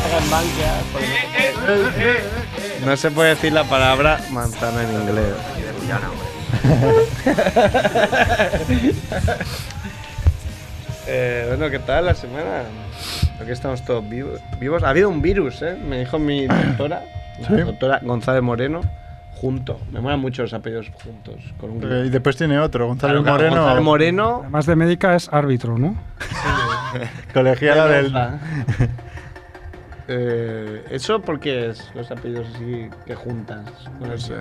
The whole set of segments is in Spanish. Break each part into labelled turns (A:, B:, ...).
A: Salamanca. por
B: eh,
A: ejemplo.
C: No se puede decir la palabra manzana en inglés. Eh, bueno, ¿qué tal la semana? Aquí estamos todos vivos. vivos. Ha habido un virus, ¿eh? Me dijo mi doctora,
D: Sí.
C: la doctora González Moreno, junto. Me molan mucho los apellidos juntos. Con un
D: Eh, Y después tiene otro, González
C: Claro, claro,
D: Moreno.
C: González Moreno.
E: Además de médica es árbitro, ¿no?
D: Colegiala
C: de
D: del.
C: Noza. Eh, ¿Eso porque es los apellidos así que juntas?
D: No sé.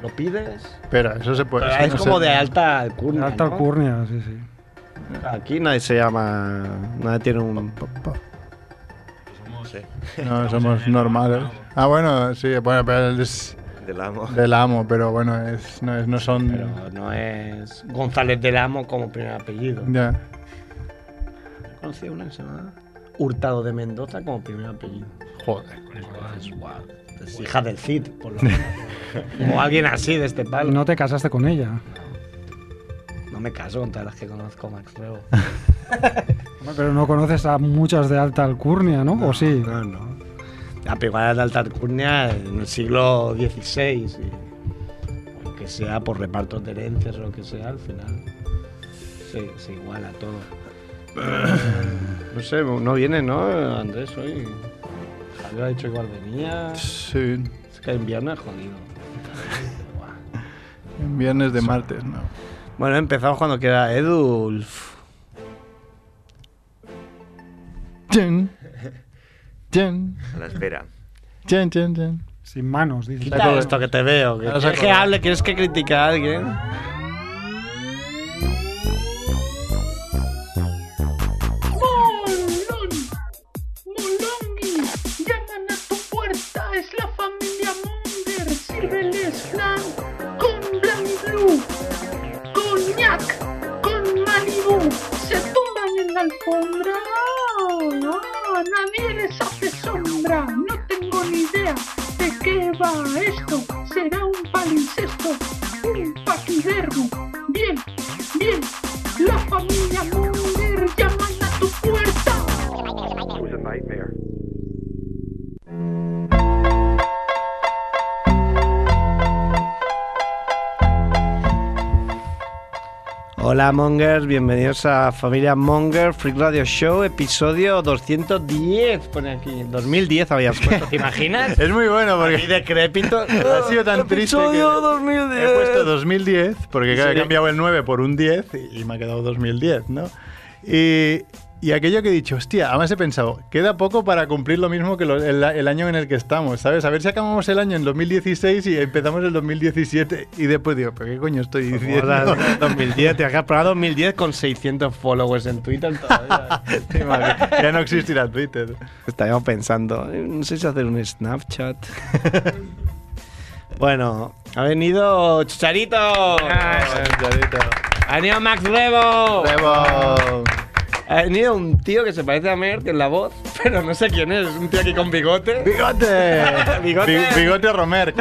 C: ¿Lo pides?
D: Espera, eso se puede.
C: Pero
D: eso
C: es
D: no
C: como
D: sé.
C: de alta alcurnia.
E: Alta
C: ¿no?
E: alcurnia, sí, sí.
C: Aquí nadie se llama. Nadie tiene un.
F: Somos
D: No, somos normales. Ah, bueno, sí, bueno, pero él es
F: del amo.
D: del amo, pero bueno, es, no, es- no son.
C: Pero no es González del Amo como primer apellido.
D: Ya.
C: Conocí una que se llama Hurtado de Mendoza como primer apellido.
D: Joder.
C: Es guau. Es hija del Cid, por lo menos. o alguien así de este palo.
E: No te casaste con ella.
C: No me caso con todas las que conozco, Max Rebo.
E: Bueno, Pero no conoces a muchas de alta alcurnia, ¿no? ¿O sí?
C: No, no. La primera de alta alcurnia en el siglo XVI. y aunque sea por repartos de herencias o lo que sea, al final se, se iguala todo. no sé, no viene, ¿no, Andrés? Hoy. Javier ha dicho igual venía.
D: Sí.
C: Es que en viernes jodido.
D: En viernes de martes, no.
C: Bueno, empezamos cuando queda Edulf.
D: Chen. Chen.
F: A la espera.
D: Chen, chen, chen.
E: Sin manos, dices.
C: Quita todo esto que te veo. Que
D: Ahora
C: ¿Quieres
D: saco-
C: que hable? ¿Quieres que critique a alguien?
G: Molón, Molongi, llaman a tu puerta, es la familia Munger, sírveles flan con blanc blue, coñac, con Malibu, se tumban en la alfombra, Ah, nadie les hace sombra, no tengo ni idea de qué va esto, será un palincesto, un paquidermo, bien, bien, la familia Munger llaman a tu puerta.
C: Hola Mongers, bienvenidos a Familia Monger Freak Radio Show, episodio 210, pone aquí. 2010 habías puesto, ¿te imaginas?
D: Es muy bueno
C: Aquí
D: porque
C: decrépito.
D: ha sido tan triste. que
C: Episodio 2010.
D: He puesto 2010 porque claro, he
C: Sí.
D: cambiado el 9 por un 10 y- y me ha quedado 2010, ¿no? Y, y aquello que he dicho, hostia, además he pensado, queda poco para cumplir lo mismo que lo- el, el año en el que estamos, ¿sabes? A ver si acabamos el año en 2016 y empezamos el 2017 y después digo, ¿pero qué coño estoy diciendo?
C: Ahora, 2010, te has preparado 2010 con 600 followers en Twitter todavía.
D: Sí, madre, ya no existirá Twitter.
C: Estaríamos pensando, eh, no sé si hacer un Snapchat. bueno, ha venido Chicharito. Ha venido Max Rebo.
D: Rebo.
C: Ha venido un tío que se parece a Mert en la voz, pero no sé quién es. Un tío aquí con bigote.
D: ¡Bigote!
C: Bigote.
D: Bi- bigote Romer.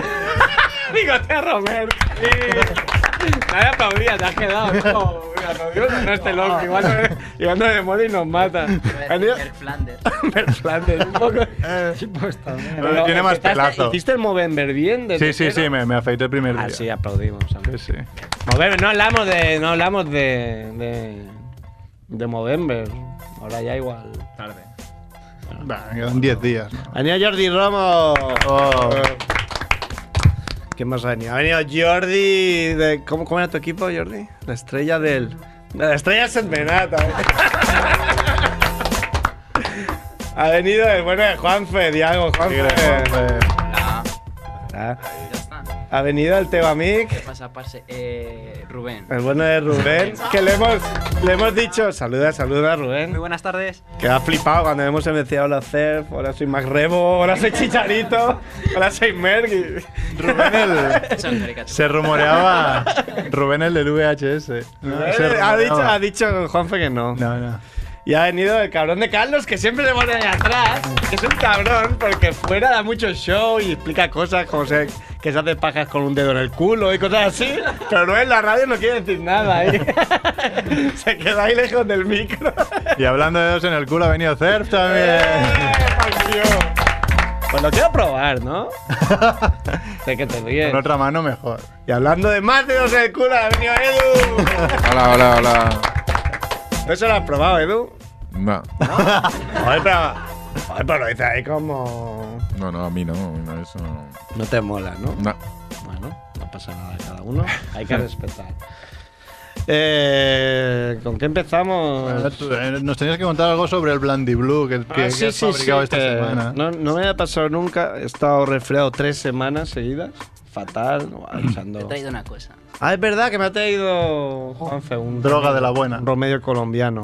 C: bigote Romero. Nadie aplaudía, te has quedado. No, mira, no, Dios, no este loco. Igual no, igual no me muere y nos mata. Ha venido
H: Flanders.
C: Mert Flanders, un poco.
D: Eh.
C: pues,
D: Tiene más pelazo.
C: ¿Hiciste el Movember bien? desde
D: Sí, sí, sí,
C: cero?
D: me, me afeité el primer día.
C: Ah, sí, aplaudimos.
D: Sí, sí.
C: Movember, no hablamos de. No hablamos de. de. de Movember. Ahora ya igual.
F: Tarde.
D: Bah, me quedan 10 días. ¿no?
C: Ha venido Jordi Romo.
D: Oh.
C: ¿Quién más ha venido? Ha venido Jordi. De, ¿cómo, cómo era tu equipo, Jordi? La estrella del. de La estrella es Benata. ha venido el bueno de Juanfe, Diago, Juanfe.
D: Hombre.
C: Ah,
H: Ya está.
C: Ha venido el Tebamic.
H: ¿Qué pasa, parce? Eh, Rubén.
C: El bueno de Rubén, que le hemos, le hemos dicho, saluda, saluda
H: Muy
C: Rubén,
H: buenas tardes.
C: que ha flipado cuando hemos iniciado la CERF, ahora soy Max Rebo, ahora soy Chicharito, ahora soy Merck. y-
D: Rubén el.
H: Son caricaturas.
D: Se rumoreaba Rubén el del VHS. ¿no?
C: Eh,
D: Se
C: ha,
D: rumoreaba.
C: dicho, ha dicho Juanfe que no.
D: No, no.
C: Y ha venido el cabrón de Carlos, que siempre le pone ahí atrás, que es un cabrón, porque fuera da mucho show y explica cosas como se- que se hace pajas con un dedo en el culo y cosas así, pero no en la radio no quiere decir nada. ahí. se queda ahí lejos del micro.
D: Y hablando de dos en el culo ha venido Cerf también.
C: ¡Eh, pasión! Pues lo quiero probar, ¿no? sé que te ríes.
D: Con otra mano mejor.
C: Y hablando de más dedos en el culo, ha venido Edu.
I: Hola, hola, hola.
C: Eso lo has probado, Edu.
I: No,
C: Joder, pero, joder, pero lo dices ahí como.
I: no, no, a mí no. no, eso no.
C: No te mola, ¿no?
I: No.
C: Bueno, no pasa nada cada uno. Hay que respetar. Eh, ¿Con qué empezamos?
D: Ahora tú, eh, Nos tenías que contar algo sobre el Blandy Blue que, que-
C: Ah,
D: que has fabricado esta
C: que
D: semana.
C: No, no me ha pasado nunca. He estado resfriado tres semanas seguidas. Fatal. guau, echando-
H: Te he traído una cosa.
C: Ah, es verdad que me ha traído Juanfe, un
D: Droga
C: remedio-
D: de la buena.
C: Un remedio colombiano.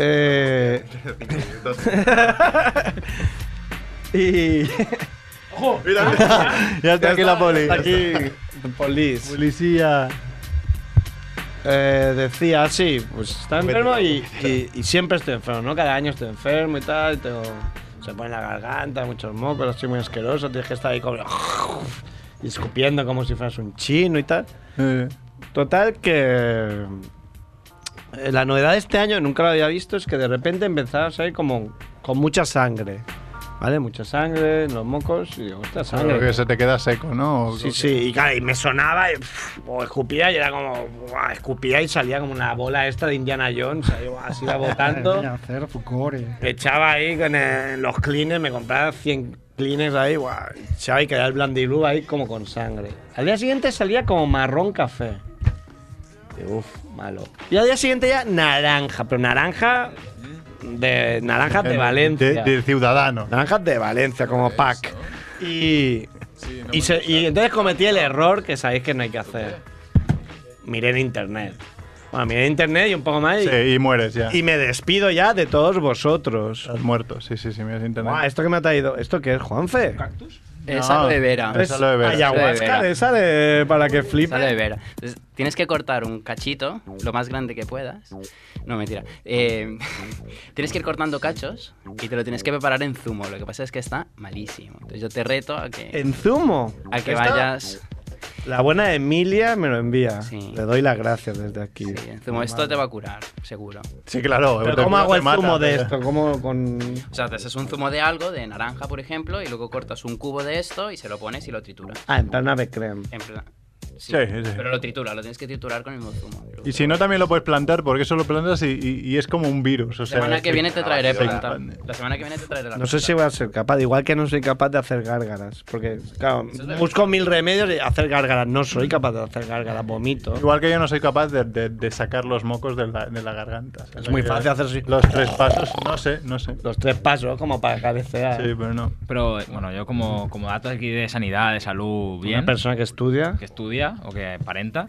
C: Eh, y.
D: Ya está aquí la poli.
C: Está Aquí, polis.
D: Policía.
C: Eh, decía, sí, pues está enfermo y, y- y siempre estoy enfermo, ¿no? Cada año estoy enfermo y tal, y tengo, se pone la garganta, muchos mocos, estoy muy asqueroso, tienes que estar ahí como... Y escupiendo como si fueras un chino y tal.
D: Eh,
C: Total que... eh, La novedad de este año, nunca lo había visto, es que de repente empezaba a salir como con mucha sangre. ¿Vale? Mucha sangre, en los mocos, y digo, esta sangre.
D: Creo que se te queda seco, ¿no?
C: Sí, sí, y claro, y me sonaba, y, pff, o escupía y era como, buah, escupía y salía como una bola esta de Indiana Jones, ahí, buah, así iba botando,
E: Mira, hacer gore.
C: le echaba ahí con eh, los cleaners, me compraba 100 cleaners ahí, buah, echaba y caía el blandiblú ahí como con sangre. Al día siguiente salía como marrón café. Y, Uf, malo. Y al día siguiente ya naranja, pero naranja de naranjas de Valencia.
D: De, de ciudadano.
C: Naranjas de Valencia, como pack. Y, y, se- y entonces cometí el error que sabéis que no hay que hacer. Miré en internet. Bueno, miré en internet y un poco más. y-
D: Sí, y mueres ya.
C: Y me despido ya de todos vosotros.
D: Estás muerto. Sí, sí, sí, miras internet.
C: Buah, esto que me ha traído. ¿Esto qué es, Juanfe?
H: Es
D: No,
H: algo de vera.
D: es aloe vera.
H: Aloe
C: Ayahuasca
H: vera.
C: de esa de- para que
H: Es aloe
C: flipe.
H: vera. Entonces, tienes que cortar un cachito, lo más grande que puedas. No, mentira. Eh, tienes que ir cortando cachos y te lo tienes que preparar en zumo. Lo que pasa es que está malísimo. Entonces yo te reto a que,
C: En zumo.
H: a que
C: Esta-
H: vayas...
C: La buena Emilia me lo envía.
H: Sí.
C: Le doy las gracias desde aquí.
H: Sí, en zumo. Esto te va a curar, seguro.
D: Sí, claro.
C: Pero
D: te-
C: ¿Cómo
D: te
C: hago el
D: mata,
C: zumo de
D: pero-
C: esto? ¿Cómo con.?
H: O sea, te haces un zumo de algo, de naranja, por ejemplo, y luego cortas un cubo de esto y se lo pones y lo trituras.
C: Ah, en plan ave creme.
H: En plan- sí,
D: Sí, sí.
H: Pero lo trituras, lo tienes que triturar con el mismo zumo.
D: Y si no, también lo puedes plantar, porque eso lo plantas y, y- y es como un virus. O
H: La
D: sea,
H: semana que
D: se-
H: viene te traeré
D: se
H: planta.
D: expande.
H: La semana que viene te traeré la
C: No sé si
H: planta.
C: voy a ser capaz, igual que no soy capaz de hacer gárgaras. Porque, claro, busco mil remedios y hacer gárgaras. No soy capaz de hacer gárgaras, vomito.
D: Igual que yo no soy capaz de, de- de sacar los mocos de la, de la garganta. O sea,
C: Es muy
D: que-
C: fácil hacer así.
D: Los tres pasos, no sé, no sé.
C: Los tres pasos, como para cabecear.
D: Sí, pero no.
F: Pero eh, bueno, yo como, como datos aquí de sanidad, de salud, bien,
C: Una persona que estudia.
F: que estudia o que aparenta,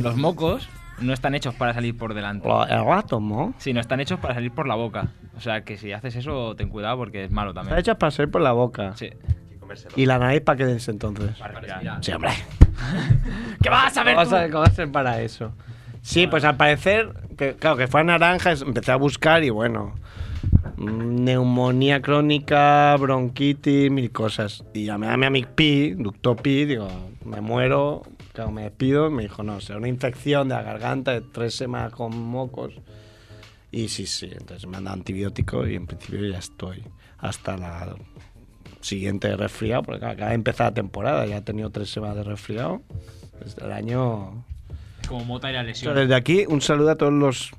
F: los mocos no están hechos para salir por delante.
C: Lo- El átomo.
F: Sí, no están hechos para salir por la boca. O sea, que si haces eso, ten cuidado porque es malo también.
C: Está hecha para salir por la boca.
F: Sí.
C: ¿Y la nariz para qué es entonces?
F: Para respirar.
C: Sí, hombre.
F: ¿Qué vas a ver
C: ¿Cómo
F: tú?
C: vas a- cómo vas a hacer para eso? Sí, pues al parecer, que- claro, que fue a naranja, es- empecé a buscar y bueno. mm, Neumonía crónica, bronquitis, mil cosas. Y llamé a mi amigo Pi, doctor Pi, digo, me muero, claro, me despido. Me dijo, no, será una infección de la garganta de tres semanas con mocos. Y sí, sí, entonces me han dado antibiótico y en principio ya estoy hasta la siguiente resfriado, porque claro, acaba de empezar la temporada, ya he tenido tres semanas de resfriado. Desde el año.
F: Como mota y la
C: O sea,
F: lesión.
C: desde aquí, un saludo a todos los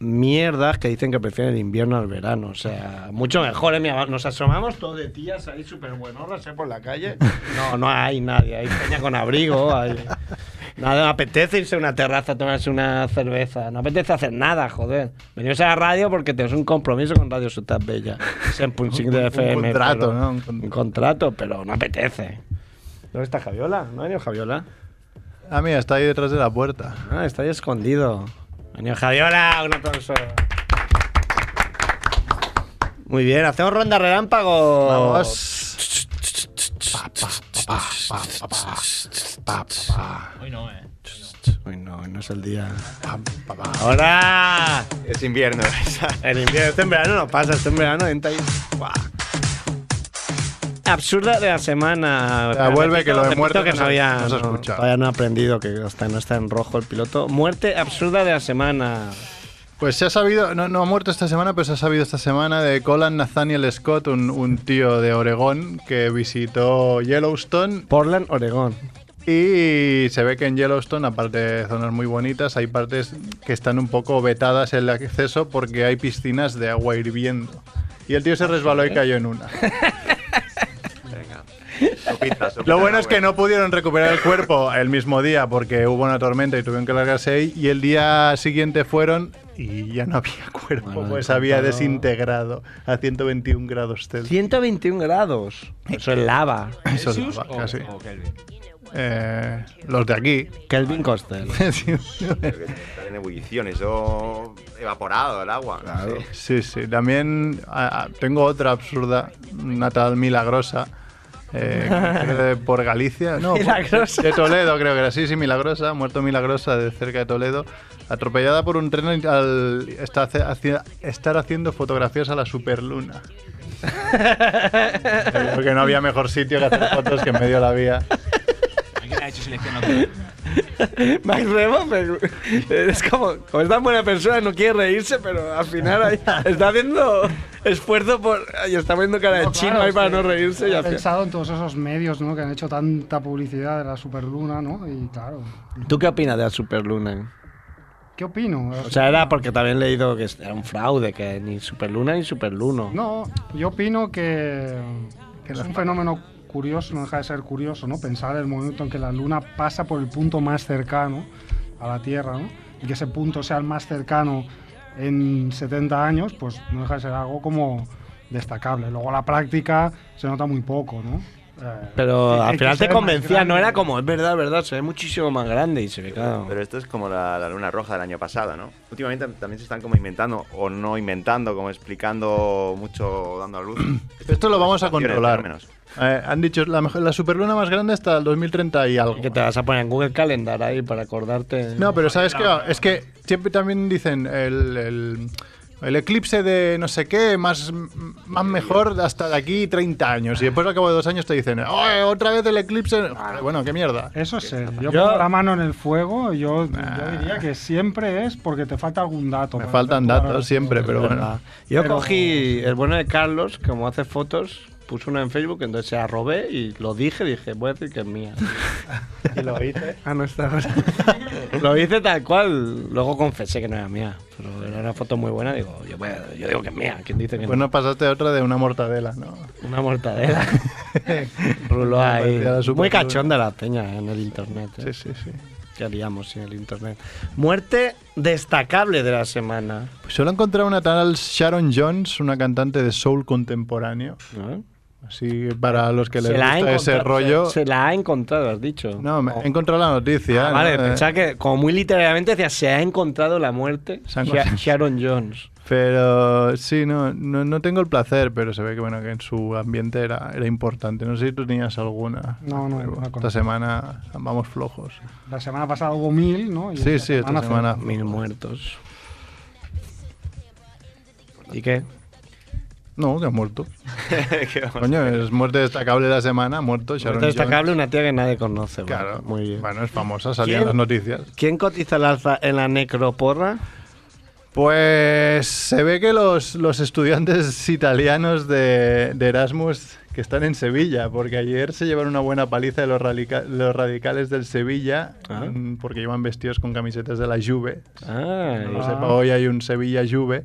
C: mierdas que dicen que prefieren el invierno al verano. O sea, mucho mejor, ¿eh? Mira, Nos asomamos todos de tías ahí súper buenorras, ¿eh? Por la calle. No, no hay nadie. Hay peña con abrigo. Hay... Nada, no apetece irse a una terraza a tomarse una cerveza. No apetece hacer nada, joder. Venimos a la radio porque tenemos un compromiso con Radio Ciudad Bella. Es en Punching de
D: Un- un
C: FM.
D: contrato,
C: pero-
D: ¿no? Un
C: Un,
D: contrato.
C: contrato, pero no apetece. ¿Dónde está Javiola? ¿No ha venido Javiola?
D: Ah, mira, está ahí detrás de la puerta.
C: Ah, está ahí escondido. Daniel Javiola, un aplauso. Muy bien, hacemos ronda relámpago.
D: Vamos.
F: Hoy no, eh.
C: Uy, no, hoy no es el día.
D: Ah,
C: Ahora,
I: Es invierno.
C: el invierno, este en verano no pasa, este en verano entra ahí. Buah. Absurda de la semana.
D: Ya, vuelve, que lo de
C: repito
D: muerte
C: que
D: no
C: no,
D: se-
C: había,
D: no se
C: no,
D: escucha.
C: Todavía no he aprendido que hasta no está en rojo el piloto. Muerte absurda de la semana.
D: Pues se ha sabido, no, no ha muerto esta semana, pero se ha sabido esta semana de Colin Nathaniel Scott, un, un tío de Oregón que visitó Yellowstone
C: Portland, Oregón.
D: y se ve que en Yellowstone, aparte de zonas muy bonitas, hay partes que están un poco vetadas el acceso porque hay piscinas de agua hirviendo. Y el tío
C: Ah,
D: se resbaló y cayó en una.
A: Venga. Sopita, sopita
D: Lo bueno es que
A: buena.
D: no pudieron recuperar el cuerpo el mismo día porque hubo una tormenta y tuvieron que largarse ahí. Y el día siguiente fueron y ya no había cuerpo,
C: Bueno,
D: pues había
C: encontrado-
D: desintegrado a 121 grados Celsius.
C: 121 grados. Eso es lava.
D: Eso es lava,
F: o-
D: casi.
F: o Kelvin.
D: Eh, los de aquí.
C: Kelvin Costell.
A: Está en ebullición, eso evaporado el agua.
D: Claro. Sí, sí. También ah, ah, tengo otra absurda, una tal milagrosa. eh, creo de por Galicia, no, por-
C: Milagrosa.
D: de Toledo creo que era, sí, sí, milagrosa, muerto milagrosa de cerca de Toledo, atropellada por un tren al está hace- hacia- estar haciendo fotografías a la superluna. Porque no había mejor sitio que hacer fotos que en medio de la vía.
F: ¿A quién ha hecho selección natural?
C: Max Rebo pero- es como, como es tan buena persona, no quiere reírse, pero al final ahí está haciendo esfuerzo por. Y está poniendo cara de
E: No,
C: chino
E: claro,
C: ahí para
E: es
C: no
E: que
C: reírse. Y
E: ha
C: al final-
E: pensado en todos esos medios ¿no? que han hecho tanta publicidad de la superluna, ¿no? Y claro,
C: ¿Tú qué opinas de la Superluna?
E: ¿qué opino?
C: O sea, era porque también he leído que era un fraude, que ni Superluna ni Superluno.
E: No, yo opino que, que es un fenómeno curioso, no deja de ser curioso, ¿no? Pensar el momento en que la Luna pasa por el punto más cercano a la Tierra, ¿no? Y que ese punto sea el más cercano en 70 años, pues no deja de ser algo como destacable. Luego la práctica se nota muy poco, ¿no? Eh,
C: Pero
E: hay
C: al
E: que
C: final te
E: ser más
C: convencía, no
E: grande.
C: era como, es verdad, es verdad, se ve muchísimo más grande y se ve claro.
A: Pero esto es como la, la luna roja del año pasado, ¿no? Últimamente también se están como inventando o no inventando, como explicando mucho, dando a luz.
D: Esto lo vamos a controlar.
A: Menos.
D: Eh, han dicho, la, mejor- la superluna más grande hasta el 2030 y algo.
C: Que te vas a poner en Google Calendar ahí para acordarte.
D: No, pero sabes que es que siempre también dicen el, el- el eclipse de no sé qué, más, más mejor hasta de aquí 30 años. Y después al cabo de dos años te dicen, "Oe, otra vez el eclipse. Bueno, qué mierda.
E: Eso es ser. Yo,
C: Yo-
E: pongo la mano en el fuego, yo, yo diría que siempre es porque te falta algún dato.
D: Me
E: para
D: faltan
E: efectuar-
D: datos siempre, pero
C: Es
D: bueno.
C: verdad. Yo
E: Pero-
C: cogí el bueno de Carlos, que como hace fotos, puso una en Facebook, entonces se la robé y lo dije, dije, voy a decir que es mía.
D: Y lo hice.
C: ah, no está. lo hice tal cual, luego confesé que no era mía, pero era una foto muy buena, digo, yo, voy a- yo digo que es mía, ¿quién dice que
D: Pues
C: no?
D: nos pasaste otra de una mortadela, ¿no?
C: Una mortadela. Ruló ahí.
D: Parecía la super-
C: Muy cachón de la peña en el internet. ¿eh?
D: Sí, sí, sí.
C: ¿Qué haríamos sin el internet? Muerte destacable de la semana.
D: Pues solo encontré una tal Sharon Jones, una cantante de soul contemporáneo.
C: ¿no?
D: Así que para los que les
C: Ah. ha
D: gusta ese
C: encontrado-
D: rollo.
C: Se, se la ha encontrado, has dicho.
D: No, me-
C: O-
D: he encontrado la noticia.
C: Ah, vale,
D: ¿no? Eh,
C: pensaba que como muy literalmente decía, se ha encontrado la muerte.
D: Se han
C: Sha-
D: encontrado.
C: Sharon Jones.
D: Pero sí, no, no, no tengo el placer, pero se ve que bueno que en su ambiente era, era importante. No sé si tú tenías alguna.
E: No, no,
D: Pero
E: no la
D: Esta
E: conozco.
D: semana vamos flojos.
E: La semana pasada hubo mil, ¿no? Y
D: Sí, sí, esta
E: cero.
D: semana.
C: Mil muertos. ¿Y qué?
D: No, que ha muerto.
A: Qué vamos.
D: Coño, es muerte destacable de la semana, ha muerto Sharon
C: Muerte destacable, una tía que nadie conoce.
D: Jones.
C: bueno,
D: Claro,
C: Muy bien.
D: Bueno, es famosa, salía en
C: ¿Quién?
D: las noticias.
C: ¿Quién cotiza el alza en la necroporra?
D: Pues se ve que los, los estudiantes italianos de, de Erasmus que están en Sevilla, porque ayer se llevaron una buena paliza de los, radica- los radicales del Sevilla,
C: Ah.
D: mm, porque llevan vestidos con camisetas de la Juve.
C: Ah,
D: No lo
E: Ah.
D: sepa, hoy hay un Sevilla Juve.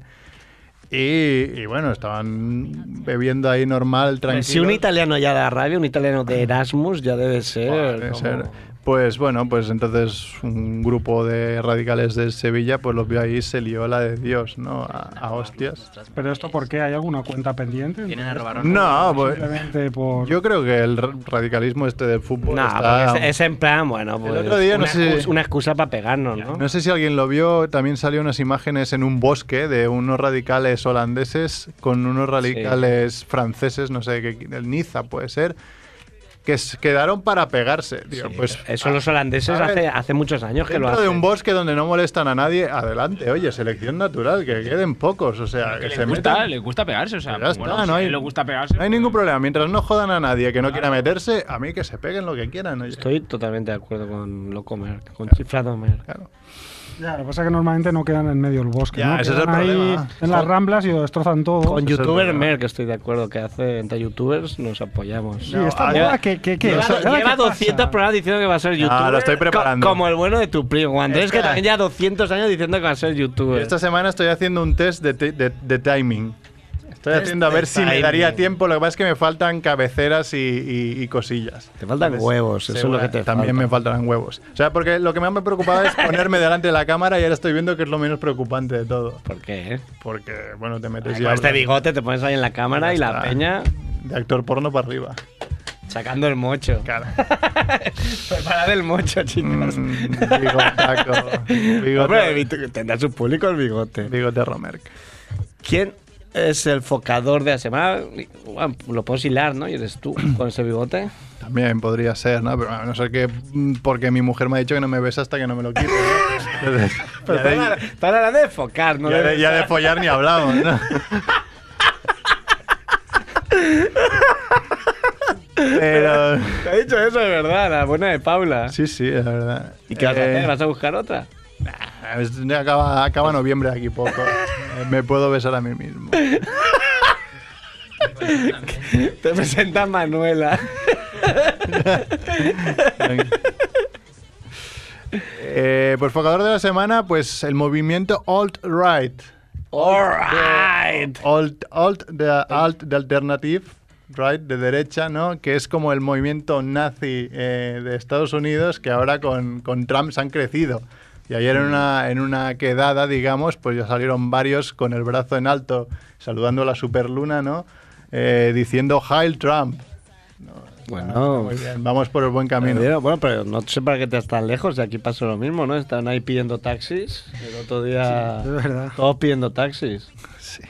D: Y, y bueno, estaban bebiendo ahí normal, Ah.
C: pues si
D: tranquilo.
C: un italiano ya da rabia, un italiano de Erasmus ya debe ser.
D: Puede
C: como-
D: ser. Pues bueno, pues entonces un grupo de radicales de Sevilla pues los vio ahí y se lió la de Dios, ¿no? A, a hostias.
E: ¿Pero esto por qué? ¿Hay alguna cuenta pendiente?
H: Vienen a robar
D: No, pues
E: Simplemente por...
D: yo creo que el ra- radicalismo este de fútbol
C: No,
D: está-
C: porque es, es en plan, bueno, pues.
D: otro día, no
C: una,
D: sé-
C: excusa, una excusa para pegarnos, ¿no?
D: No sé si alguien lo vio, también salió unas imágenes en un bosque de unos radicales holandeses con unos radicales franceses, no sé, qué, el Niza puede ser, que s- quedaron para pegarse. Digo, pues,
C: Eso
D: ah,
C: los holandeses
D: a ver,
C: hace, hace muchos años que lo
D: Dentro
C: hacen.
D: de un bosque donde no molestan a nadie, adelante, oye, selección natural, que queden pocos, o sea, que, se
F: le, gusta,
D: metan.
F: le gusta pegarse, o sea,
D: Ya está,
F: bueno,
D: no
F: si
D: hay-
F: a él le gusta pegarse.
D: No hay
F: pues-
D: ningún problema, mientras no jodan a nadie
C: Ah.
D: que no quiera meterse, a mí que se peguen lo que quieran. oye.
C: Estoy totalmente de acuerdo con Loco Merck, con Chiflado Merck.
D: Claro.
E: Ya, lo que pasa es que normalmente no quedan en medio del bosque.
D: Ya,
E: ¿no?
D: ese es el
E: Quedan ahí
D: problema.
E: En las ramblas y lo destrozan todo.
C: Con
D: Eso es
C: youtuber
D: verdad.
C: Mer, que estoy de acuerdo, que hace entre youtubers nos apoyamos.
E: Sí, esta
D: ah,
E: moda
C: lleva-
E: que, que, que-
C: lleva
E: o sea, ¿ahora
C: lleva
E: qué
C: 200
E: pasa?
C: programas diciendo que va a ser youtuber.
D: lo estoy
C: co-
D: preparando.
C: como el bueno de tu primo, Juan Andrés, que
D: Esta-
C: también lleva 200 años diciendo que va a ser youtuber.
D: Esta semana estoy haciendo un test de, ti- de- de timing. Estoy haciendo a ver si me
C: timing.
D: daría tiempo. Lo que pasa es que me faltan cabeceras y, y- y cosillas.
C: Te faltan
D: Entonces,
C: huevos, eso es
D: Pues, segura-
C: lo que te
D: También
C: falta.
D: me faltarán huevos. O sea, porque lo que más me preocupaba es ponerme delante de la cámara y ahora estoy viendo que es lo menos preocupante de todo.
C: ¿Por qué? eh?
D: Porque, bueno, te metes
C: Con
D: ya
C: este bigote te pones ahí en la cámara y la
D: está.
C: peña
D: de actor porno para arriba.
C: sacando el mocho.
D: Claro.
C: Preparad el mocho, chicos.
D: Mm, bigotaco.
C: Hombre,
D: Bigote,
C: vi- tendrá su público el bigote.
D: bigote Romerck.
C: ¿Quién es el focador de la semana? Juan, lo puedo hilar, ¿no? Y eres tú con ese bigote.
D: También podría ser, ¿no? Pero a no ser que mm, porque mi mujer me ha dicho que no me besa hasta que no me lo quite. ¿no? Entonces, pero de-
C: Para, para la de focar, ¿no?
D: ya, de, ya de follar ni hablamos, ¿no? Pero
C: Te ha dicho eso de verdad, la buena de Paula.
D: sí, sí, la verdad.
C: ¿Y qué vas a
D: Eh,
C: hacer? ¿Vas a buscar otra?
D: es- Acaba, acaba noviembre aquí poco. Eh, Me puedo besar a mí mismo.
C: Te presenta Manuela.
D: Eh, pues focador de la semana, pues el movimiento alt-right.
C: Alright.
D: Alt, alt, de, alt de alternative, right, de derecha, ¿no? Que es como el movimiento nazi eh, de Estados Unidos que ahora con, con Trump se han crecido. Y ayer
C: Mm.
D: en una, en una quedada, digamos, pues ya salieron varios con el brazo en alto saludando a la superluna, ¿no? Eh, diciendo Heil Trump.
C: Bueno,
D: Muy bien, vamos por el buen camino.
C: Pero, Bueno, pero no sé para qué te estás lejos. De aquí pasó lo mismo, ¿no? Estaban ahí pidiendo taxis. El otro día.
E: Es verdad.
C: Todos pidiendo taxis.
D: Sí.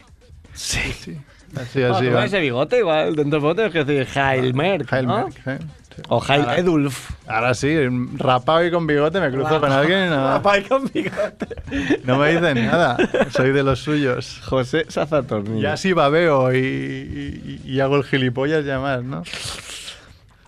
D: Sí. Así,
C: Ah,
D: así.
C: tú
D: va.
C: con ese bigote, igual. Dentro de poco tienes que decir Heil Merck,
D: Heil
C: ¿no?
D: Merck, ¿eh? Sí.
C: O Heil
D: Ahora-
C: Edulf.
D: Ahora sí, rapado y con bigote me cruzo con alguien y no,
C: Papá con bigote.
D: no me dicen nada. Soy de los suyos.
C: José Sazatornillo.
D: Ya sí babeo y, y- y hago el gilipollas ya más, ¿no?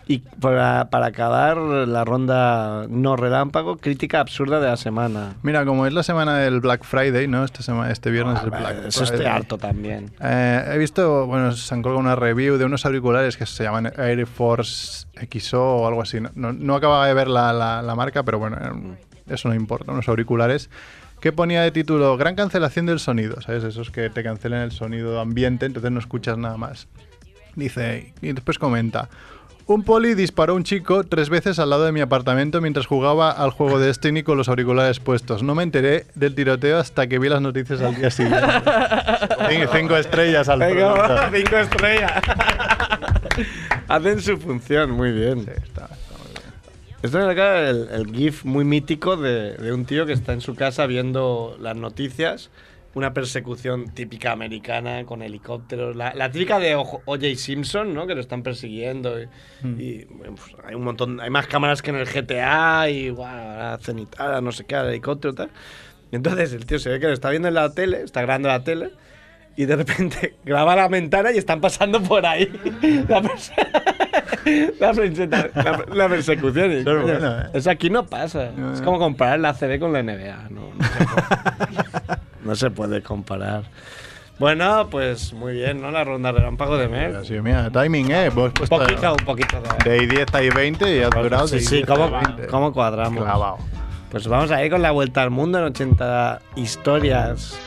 C: Y para, para acabar la ronda no relámpago, crítica absurda de la semana.
D: Mira, como es la semana del Black Friday, ¿no? Este, sema- este viernes es el Black Friday.
C: Ah, Eso estoy harto también.
D: Eh, he visto, bueno, se han colgado una review de unos auriculares que se llaman Air Force XO o algo así. No, no- no acababa de ver la, la- la marca, pero bueno, eran- eso no importa, unos auriculares. Que ponía de título Gran cancelación del sonido, ¿sabes? Esos que te cancelan el sonido ambiente, entonces no escuchas nada más. Dice, y después comenta. Un poli disparó a un chico tres veces al lado de mi apartamento mientras jugaba al juego de Destiny con los auriculares puestos. No me enteré del tiroteo hasta que vi las noticias al día siguiente. Cin- Cinco estrellas al producto.
C: cinco estrellas. Hacen su función, muy bien.
D: Sí, está, está muy bien.
C: Esto me acaba el, el GIF muy mítico de, de un tío que está en su casa viendo las noticias. Una persecución típica americana con helicópteros. La, la típica de O- O.J. Simpson, ¿no? Que lo están persiguiendo. Y, y, bueno, pues, hay un montón. Hay más cámaras que en el GTA y guau, ahora hacen y tal, no sé qué, al helicóptero y tal. Y entonces el tío se ve que lo está viendo en la tele, está grabando la tele. Y de repente graba la ventana y están pasando por ahí. La, perse- la perse- la- la persecución. Y,
D: Eso es
C: coño,
D: bueno, ¿eh?
C: eso aquí no pasa.
D: No,
C: Es
D: no.
C: como comparar la CB con la NBA. No, no, se puede, No se puede comparar. Bueno, pues muy bien, ¿no? La ronda relámpago de Mer.
D: Así, mira, timing, ¿eh? Vos
C: Un
D: puesto
C: poquito, un poquito. De...
D: de 10 a 20 y has durado
C: Sí,
D: de
C: sí,
D: 10 a
C: ¿cómo,
D: 20.
C: cómo cuadramos?
D: Clavado.
C: Pues vamos a ir con la vuelta al mundo en 80 historias.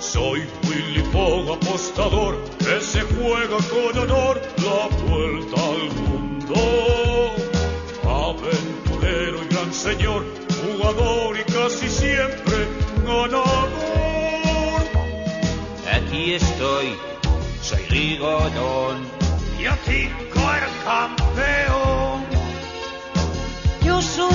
J: Soy Willy Pong, apostador, que se juega con honor la vuelta al mundo. Aventurero y gran señor, jugador y casi siempre ganador.
K: Aquí estoy, soy Rigodón.
J: Y a ti, el campeón.
K: Yo soy.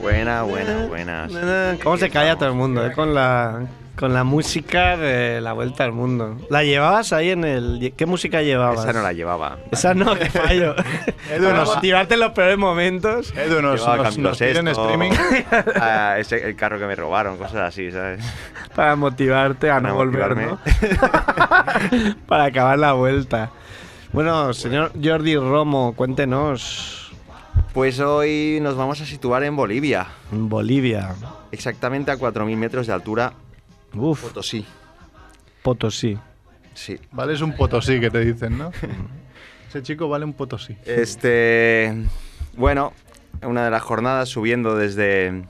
A: Buena, buena, buenas.
C: Eh, ¿Cómo se calla todo el mundo, eh? Con la, con la música de la vuelta al mundo. ¿La llevabas ahí en el. ¿Qué música llevabas?
A: Esa no la llevaba.
C: Esa no, qué fallo.
D: Edu
C: Para
D: nos-
C: motivarte en los peores momentos.
D: Edu, nos,
A: Llevaba
D: nos,
A: Camilo
D: nos piden
A: Sesto,
D: streaming.
A: a ese- el carro que me robaron, cosas así, ¿sabes?
C: Para motivarte a
A: Para
C: no volver,
A: motivarme.
C: ¿no? Para acabar la vuelta. Bueno, señor Jordi Romo, cuéntenos.
A: Pues hoy nos vamos a situar en Bolivia.
C: En Bolivia,
D: Mm.
A: Exactamente a 4.000 metros de altura.
C: Uf.
A: Potosí.
C: Potosí.
A: Sí.
D: Vale, es un potosí que te dicen, ¿no? Ese chico vale un potosí.
A: Este. Bueno, una de las jornadas subiendo desde.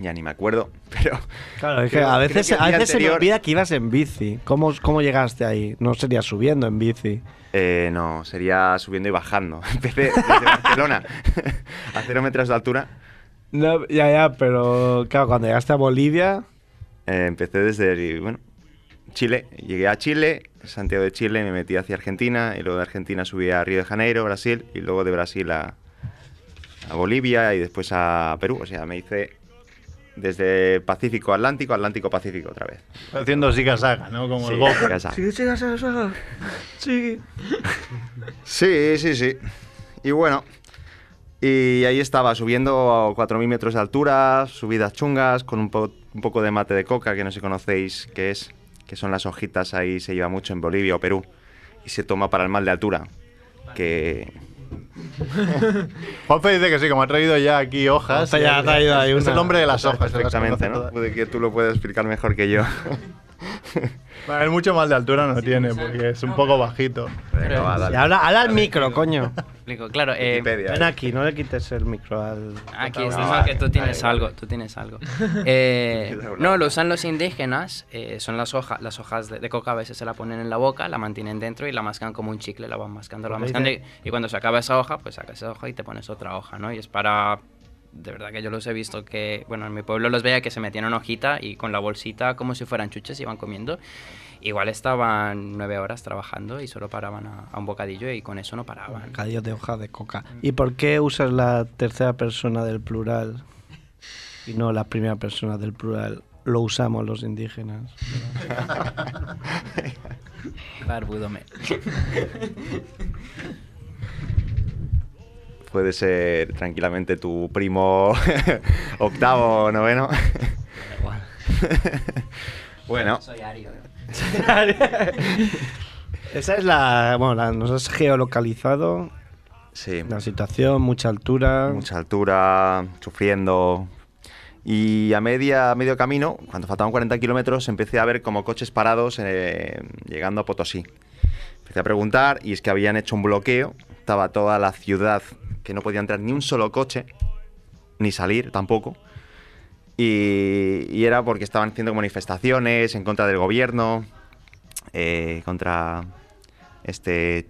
A: Ya ni me acuerdo, pero.
C: Claro, es que
A: creo-
C: a
A: creo
C: veces,
A: que el
C: a
A: día
C: veces se me
A: anterior-
C: olvida que ibas en bici. ¿Cómo, ¿Cómo llegaste ahí? No sería subiendo en bici.
A: Eh, no, sería subiendo y bajando. Empecé desde Barcelona, a cero metros de altura.
C: No, ya, ya, pero claro, cuando llegaste a Bolivia,
A: Eh, empecé desde, bueno, Chile. Llegué a Chile, Santiago de Chile, me metí hacia Argentina y luego de Argentina subí a Río de Janeiro, Brasil, y luego de Brasil a, a Bolivia y después a Perú. O sea, me hice desde Pacífico Atlántico, Atlántico Pacífico otra vez.
D: Haciendo zigazaga, ¿no? Como el
A: Sí,
D: Goku.
A: casa.
C: Sí, sí, sí, sí, sí.
A: Sí, sí, sí. Y bueno, y ahí estaba subiendo a 4.000 metros de altura, subidas chungas, con un, po- un poco de mate de coca, que no sé si conocéis qué es, que son las hojitas, ahí se lleva mucho en Bolivia o Perú, y se toma para el mal de altura, que...
D: Juanfe dice que sí, como ha traído ya aquí hojas.
C: Juanfe ya ha traído ahí
D: Es
C: una-
D: el hombre de las hojas. se las
A: Perfectamente,
D: conoce
A: ¿no?
D: todas.
A: Puede que tú lo puedas explicar mejor que yo.
D: Bueno, él mucho mal de altura no tiene, porque es un poco bajito.
A: Venga, va,
C: Y
A: dale.
C: habla, habla al micro, coño.
H: Explico, Claro, eh,
A: Wikipedia,
C: Ven
A: eh.
C: aquí, no le quites el micro al.
H: Aquí es
A: Ah,
H: normal
A: vale,
H: que tú tienes
A: vale,
H: algo,
A: vale.
H: tú tienes algo. Eh,
A: Cuidado,
H: no,
A: la-
H: lo usan los indígenas, eh, son las hojas, las hojas de, de coca a veces se la ponen en la boca, la mantienen dentro y la mascan como un chicle, la van mascando, la van
C: Ahí
H: mascando y, y cuando se acaba esa hoja, pues sacas esa hoja y te pones otra hoja, ¿no? Y es para, de verdad que yo los he visto que, bueno, en mi pueblo los veía que se metían una hojita y con la bolsita como si fueran chuches iban comiendo. Igual estaban nueve horas trabajando y solo paraban a, a un bocadillo y con eso no paraban.
C: Bocadillos de hoja de coca. ¿Y por qué usas la tercera persona del plural y no la primera persona del plural? Lo usamos los indígenas.
H: Barbudo me-
A: Puede ser tranquilamente tu primo octavo o noveno. bueno,
H: Soy ario.
C: Esa es la. Bueno, la- nos has geolocalizado
A: sí.
C: la situación, mucha altura.
A: mucha altura, sufriendo. Y a media, a medio camino, cuando faltaban 40 kilómetros, empecé a ver como coches parados eh, llegando a Potosí. Empecé a preguntar y es que habían hecho un bloqueo. Estaba toda la ciudad que no podía entrar ni un solo coche, ni salir tampoco. Y, y era porque estaban haciendo manifestaciones en contra del gobierno, eh, contra este...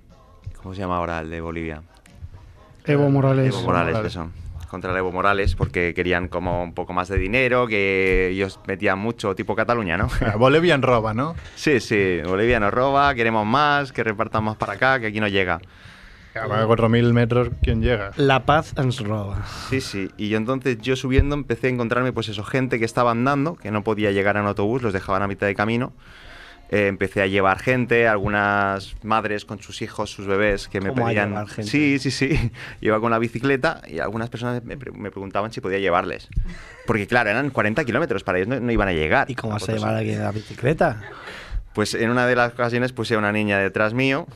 A: ¿Cómo se llama ahora el de Bolivia?
E: Evo Morales.
A: Evo Morales,
D: Morales.
A: eso. Contra el Evo Morales, porque querían como un poco más de dinero, que ellos metían mucho, tipo Cataluña, ¿no?
D: Ah, Bolivian roba, ¿no?
A: sí, sí, Bolivia nos roba, queremos más, que repartan más para acá, que aquí no llega.
D: Claro, A 4.000 metros, ¿quién llega?
C: La paz ens roba.
A: Sí, sí, y yo entonces, yo subiendo, empecé a encontrarme, pues eso, gente que estaba andando, que no podía llegar en autobús, los dejaban a mitad de camino. Eh, empecé a llevar gente, algunas madres con sus hijos, sus bebés, que me
C: ¿Cómo a
A: pedían...
C: llevar gente?
A: Sí, sí, sí. Yo iba con la bicicleta y algunas personas me, pre- me preguntaban si podía llevarles. Porque claro, eran 40 kilómetros, para ellos no, no iban a llegar.
C: ¿Y cómo vas a
A: Potosí.
C: llevar a alguien en la bicicleta?
A: Pues en una de las ocasiones puse a una niña detrás mío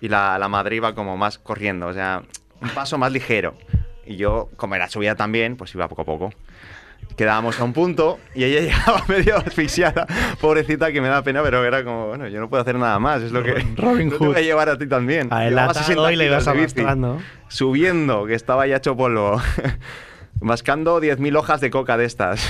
A: y la, la madre iba como más corriendo, o sea, un paso más ligero. Y yo, como era subida también, pues iba poco a poco. Quedábamos a un punto y ella llegaba medio asfixiada, pobrecita, que me da pena, pero era como, bueno, yo no puedo hacer nada más, es lo que
D: Robin
A: no te voy
D: Hood.
A: a llevar a ti también.
C: A él
A: Llevaba
C: atado
A: 60
C: y le ibas
A: kilos de bici
C: arrastrando.
A: subiendo, que estaba ya hecho polvo. Mascando 10.000 hojas de coca de estas.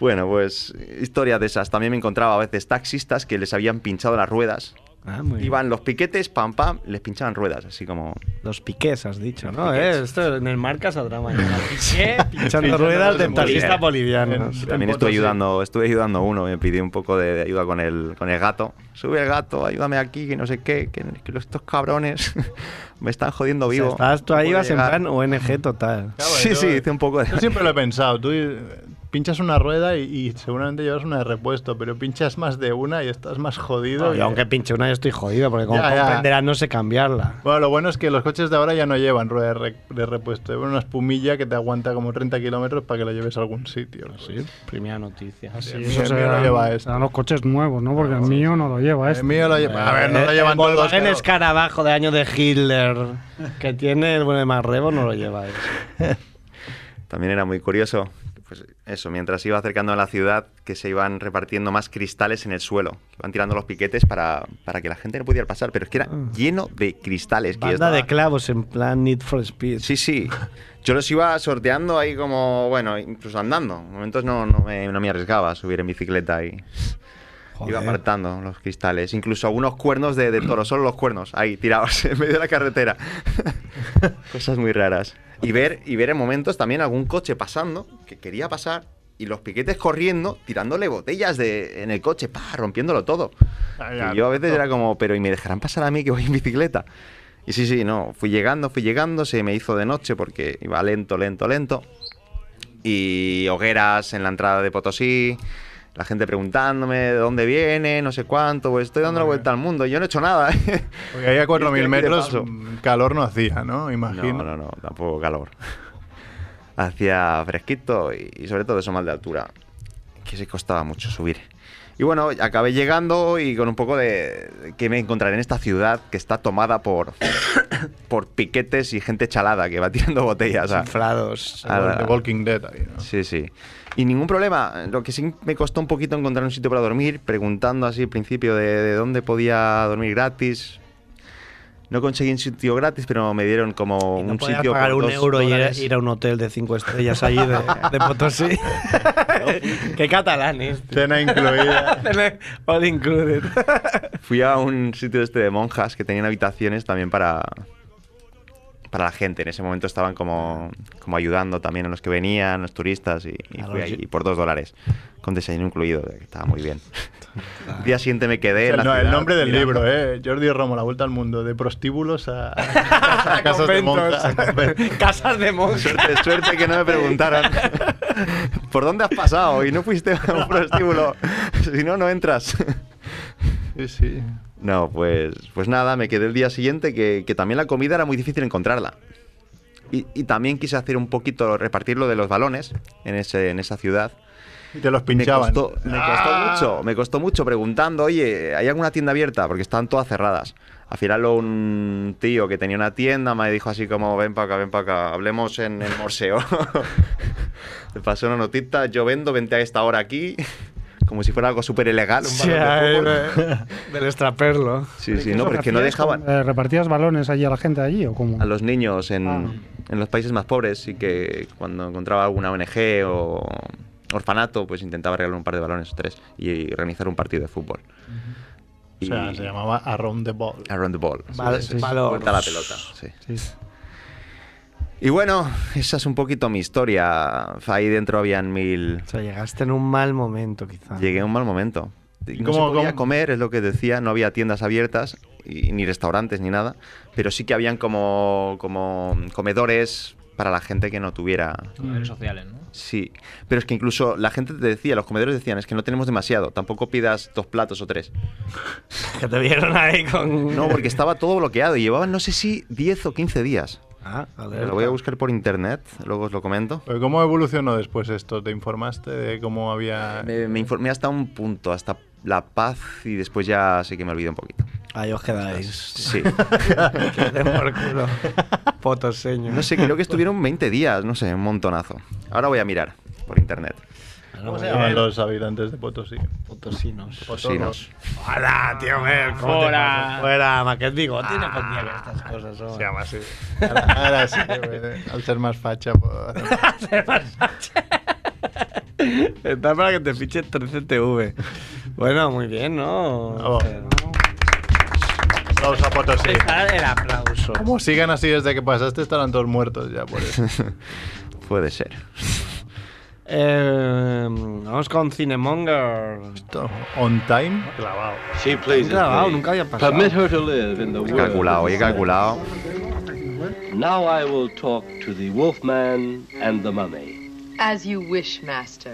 A: bueno, pues historias de esas. También me encontraba a veces taxistas que les habían pinchado las ruedas.
C: Ah, muy bien.
A: Iban los piquetes, pam, pam, les pinchaban ruedas, así como...
C: Los piqués, has dicho,
A: Los
C: ¿no?
A: piqués.
C: Eh, esto en el marca saldrá mañana. Piqué, pinchando ruedas
D: Pinchando ruedas
C: de
D: en
C: taxistas bolivianos.
D: En-
A: También
D: Potosí.
A: estuve ayudando, estuve ayudando a uno, me pidió un poco de ayuda con el, con el gato. Sube el gato, ayúdame aquí, que no sé qué, que, que los- estos cabrones me están jodiendo
C: O sea,
A: vivo.
C: estabas tú
A: No
C: ahí,
A: puedo
C: ibas en
A: llegar.
C: plan ONG total.
A: Sí, sí, hice un poco de...
D: Yo siempre lo he pensado. Tú, pinchas una rueda y, y seguramente llevas una de repuesto, pero pinchas más de una y estás más jodido.
C: Yo,
D: y-
C: aunque pinche una, yo estoy jodido, porque como
D: Ya, ya.
C: comprenderás, no sé cambiarla.
D: Bueno, lo bueno es que los coches de ahora ya no llevan rueda de, re- de repuesto, llevan una espumilla que te aguanta como 30 kilómetros para que la lleves a algún sitio. Sí,
C: Pues primera noticia.
D: el
E: Eso
D: mío, el
E: se
D: mío no
E: dan-
D: lleva eh. eso.
E: dan los coches nuevos, ¿no? Porque el mío no lo lleva este.
D: El mío lo lleva. A ver, no lo llevan todos.
C: Eh, Volkswagen
D: claro.
C: escarabajo de año de Hitler que tiene el buen de Marrebo no lo lleva eh. eso.
A: También era muy curioso, pues eso, mientras iba acercando a la ciudad, que se iban repartiendo más cristales en el suelo. Iban tirando los piquetes para, para que la gente no pudiera pasar, pero es que era lleno de cristales. que yo
C: Ah. Banda de
A: estaba-
C: clavos en plan Need for Speed.
A: Sí, sí. Yo los iba sorteando ahí como, bueno, incluso andando. En momentos no, no, me, no me arriesgaba a subir en bicicleta y iba apartando los cristales. Incluso algunos cuernos de, de toro, solo los cuernos, ahí tirados en medio de la carretera. Cosas muy raras. Y ver, y ver en momentos también algún coche pasando, que quería pasar, y los piquetes corriendo, tirándole botellas de, en el coche, pa, rompiéndolo todo.
D: Ah, ya,
A: Y yo a veces
D: no.
A: era como, pero ¿y me dejarán pasar a mí que voy en bicicleta? Y sí, sí, no, fui llegando, fui llegando, se me hizo de noche porque iba lento, lento, lento. Y hogueras en la entrada de Potosí, la gente preguntándome de dónde viene, no sé cuánto, pues estoy dando la vuelta al mundo, yo no he hecho nada. ¿eh?
D: Porque ahí a 4.000
A: Estoy aquí de
D: metros
A: paso.
D: mm, calor no hacía, ¿no?
A: No,
D: Imagino.
A: no, no, tampoco calor. Hacía fresquito y, y sobre todo eso mal de altura, que se costaba mucho subir. Y bueno, acabé llegando y con un poco de, de que me encontraré en esta ciudad que está tomada por, por piquetes y gente chalada que va tirando botellas. a-
C: Inflados.
A: a la-
D: The Walking Dead ahí, ¿no?
A: Sí, sí. Y ningún problema. Lo que sí me costó un poquito encontrar un sitio para dormir, preguntando así al principio de, de dónde podía dormir gratis. No conseguí un sitio gratis, pero me dieron como
C: Y no
A: un
C: podías
A: sitio
C: pagar
A: por
C: un
A: dos
C: euro y ir,
A: dólares.
C: ir a un hotel de cinco estrellas allí de, de Potosí. Qué catalanes. tío.
D: Cena incluida.
C: All included.
A: Fui a un sitio este de monjas que tenían habitaciones también para para la gente. En ese momento estaban como, como ayudando también a los que venían, los turistas, y, y
C: A
A: fui
C: los-
A: ahí por dos dólares, con desayuno incluido, que estaba muy bien. El día siguiente me quedé. en
D: El,
A: la
D: no, el
A: ciudad
D: nombre del
A: mirando.
D: libro, ¿eh? Jordi Romo, La Vuelta al Mundo, de prostíbulos a, a casas de
C: Conventos.
D: monjas.
C: Casas de monjas.
A: Suerte, suerte que no me preguntaran por dónde has pasado y no fuiste a un prostíbulo. Si no, no entras.
D: Sí, sí.
A: No, pues, pues nada, me quedé el día siguiente que, que también la comida era muy difícil encontrarla. Y, y también quise hacer un poquito, repartirlo de los balones en, ese, en esa ciudad.
D: Y te los
A: Me
D: pinchaban. Ah.
A: costó, me costó mucho, me costó mucho preguntando, oye, ¿hay alguna tienda abierta? Porque están todas cerradas. Al final un tío que tenía una tienda me dijo así como, ven para acá, ven para acá, hablemos en el morseo. Te pasé una notita, yo vendo, vente a esta hora aquí, como si fuera algo súper ilegal. un
C: Sí,
A: balón de
C: ahí,
A: fútbol.
C: de- del extraperlo.
A: Sí, sí,
E: ¿Qué
A: no,
E: eso
A: pero es que no
E: hacías con-
A: dejaban
E: eh, ¿Repartías balones allí a la gente allí o cómo?
A: a los niños en,
E: Ah.
A: en los países más pobres y que cuando encontraba alguna ONG o orfanato, pues intentaba regalar un par de balones o tres y organizar un partido de fútbol.
D: O sea, se llamaba Around the Ball.
A: Around the Ball. sí,
C: Val-
A: eso es,
C: valor.
A: Vuelta a la pelota. sí.
E: Sí.
A: Y bueno, esa es un poquito mi historia. Ahí dentro habían mil...
C: O sea, llegaste en un mal momento, quizá.
A: Llegué a un mal momento.
D: ¿Y
A: No se
D: cómo-
A: podía
D: cómo?
A: comer, es lo que decía, no había tiendas abiertas, y, ni restaurantes, ni nada, pero sí que habían como, como comedores para la gente que no tuviera...
C: Mm.
F: Redes sociales, ¿no?
A: Sí, pero es que incluso la gente te decía, los comedores decían, es que no tenemos demasiado, tampoco pidas dos platos o tres.
C: Que te vieron ahí con.
A: No, porque estaba todo bloqueado y llevaban no sé si 10 o 15 días.
C: Ah,
A: Lo
C: joder.
A: voy a buscar por internet, luego os lo comento.
D: Pero ¿Cómo evolucionó después esto? ¿Te informaste de cómo había...?
A: Me, me informé hasta un punto, hasta La Paz y después ya sí que me olvidé un poquito.
C: Ahí os quedáis.
A: Sí.
C: Que te por culo. Potoseño.
A: No sé, creo que estuvieron 20 días, no sé, un montonazo. Ahora voy a mirar por internet.
D: ¿Cómo se llamaban los habitantes de Potosí?
C: Potosinos.
A: Potosinos.
C: ¡Hola, tío! Mer, ¿cómo te
F: Fuera.
C: pasas? ¡Fuera! Maquet Bigote no podía ver estas cosas. hombre.
D: Se llama así. Ahora, ahora sí, que me- al ser más facha. puedo hacer más.
C: Está para que te fiche 13TV. Bueno, muy bien, ¿no?
D: Bravo. Aplausos a Potosí.
C: Está el aplauso.
D: ¿Cómo sigan así desde que pasaste? Estarán todos muertos ya por eso.
A: Puede ser.
C: Eh, vamos con Cinemonger.
D: Esto, On time, clavado.
L: She pleases
C: Clavado,
L: me.
C: nunca había pasado.
L: Permit her to live in the
A: He
L: world.
A: calculado, he calculado.
L: Now I will talk to the wolfman and the mummy. As you wish, master.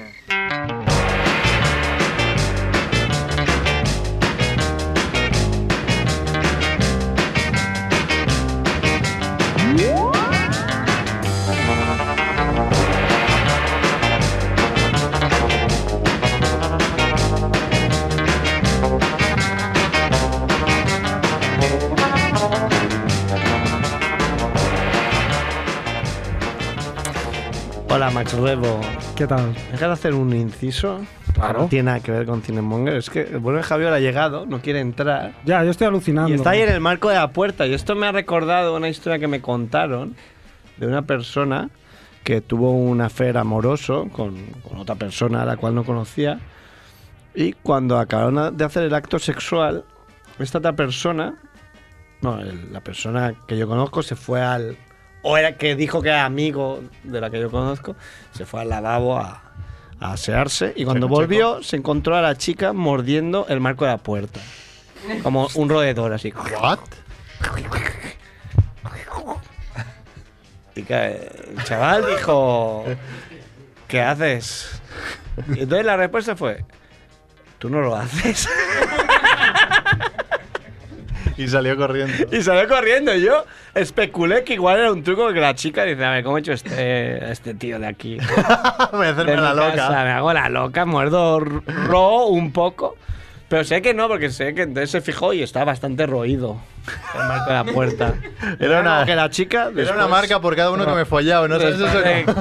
C: Hola, Max Rebo.
E: ¿Qué tal?
C: Deja de hacer un inciso.
E: Claro.
C: No tiene nada que ver con Cinemonger. Es que el bueno de Javier ha llegado, no quiere entrar.
E: Ya, yo estoy alucinando.
C: Y está ahí en el marco de la puerta. Y esto me ha recordado una historia que me contaron de una persona que tuvo un afer amoroso con, con otra persona a la cual no conocía. Y cuando acabaron de hacer el acto sexual, esta otra persona, no, el- la persona que yo conozco, se fue al. O era que dijo que era amigo de la que yo conozco, se fue al lavabo a, a asearse. Y cuando
D: Checo,
C: volvió, se encontró a la chica mordiendo el marco de la puerta. Como un roedor así. ¿What? Y que el chaval dijo, ¿qué haces? Y entonces la respuesta fue, tú no lo haces.
D: Y salió corriendo.
C: Y salió corriendo. Y Yo especulé que igual era un truco que la chica dice, a ver, ¿cómo he hecho este, este tío de aquí?
D: Voy a hacerme
C: De mi
D: la loca.
C: casa, me hago la loca, muerdo r- ro un poco. Pero sé que no, porque sé que entonces se fijó y está bastante roído el marco de la puerta.
D: Era una-
C: Como que la chica... Eh,
D: Era una marca por cada uno que me follaba, ¿no? ¿Sabes eso?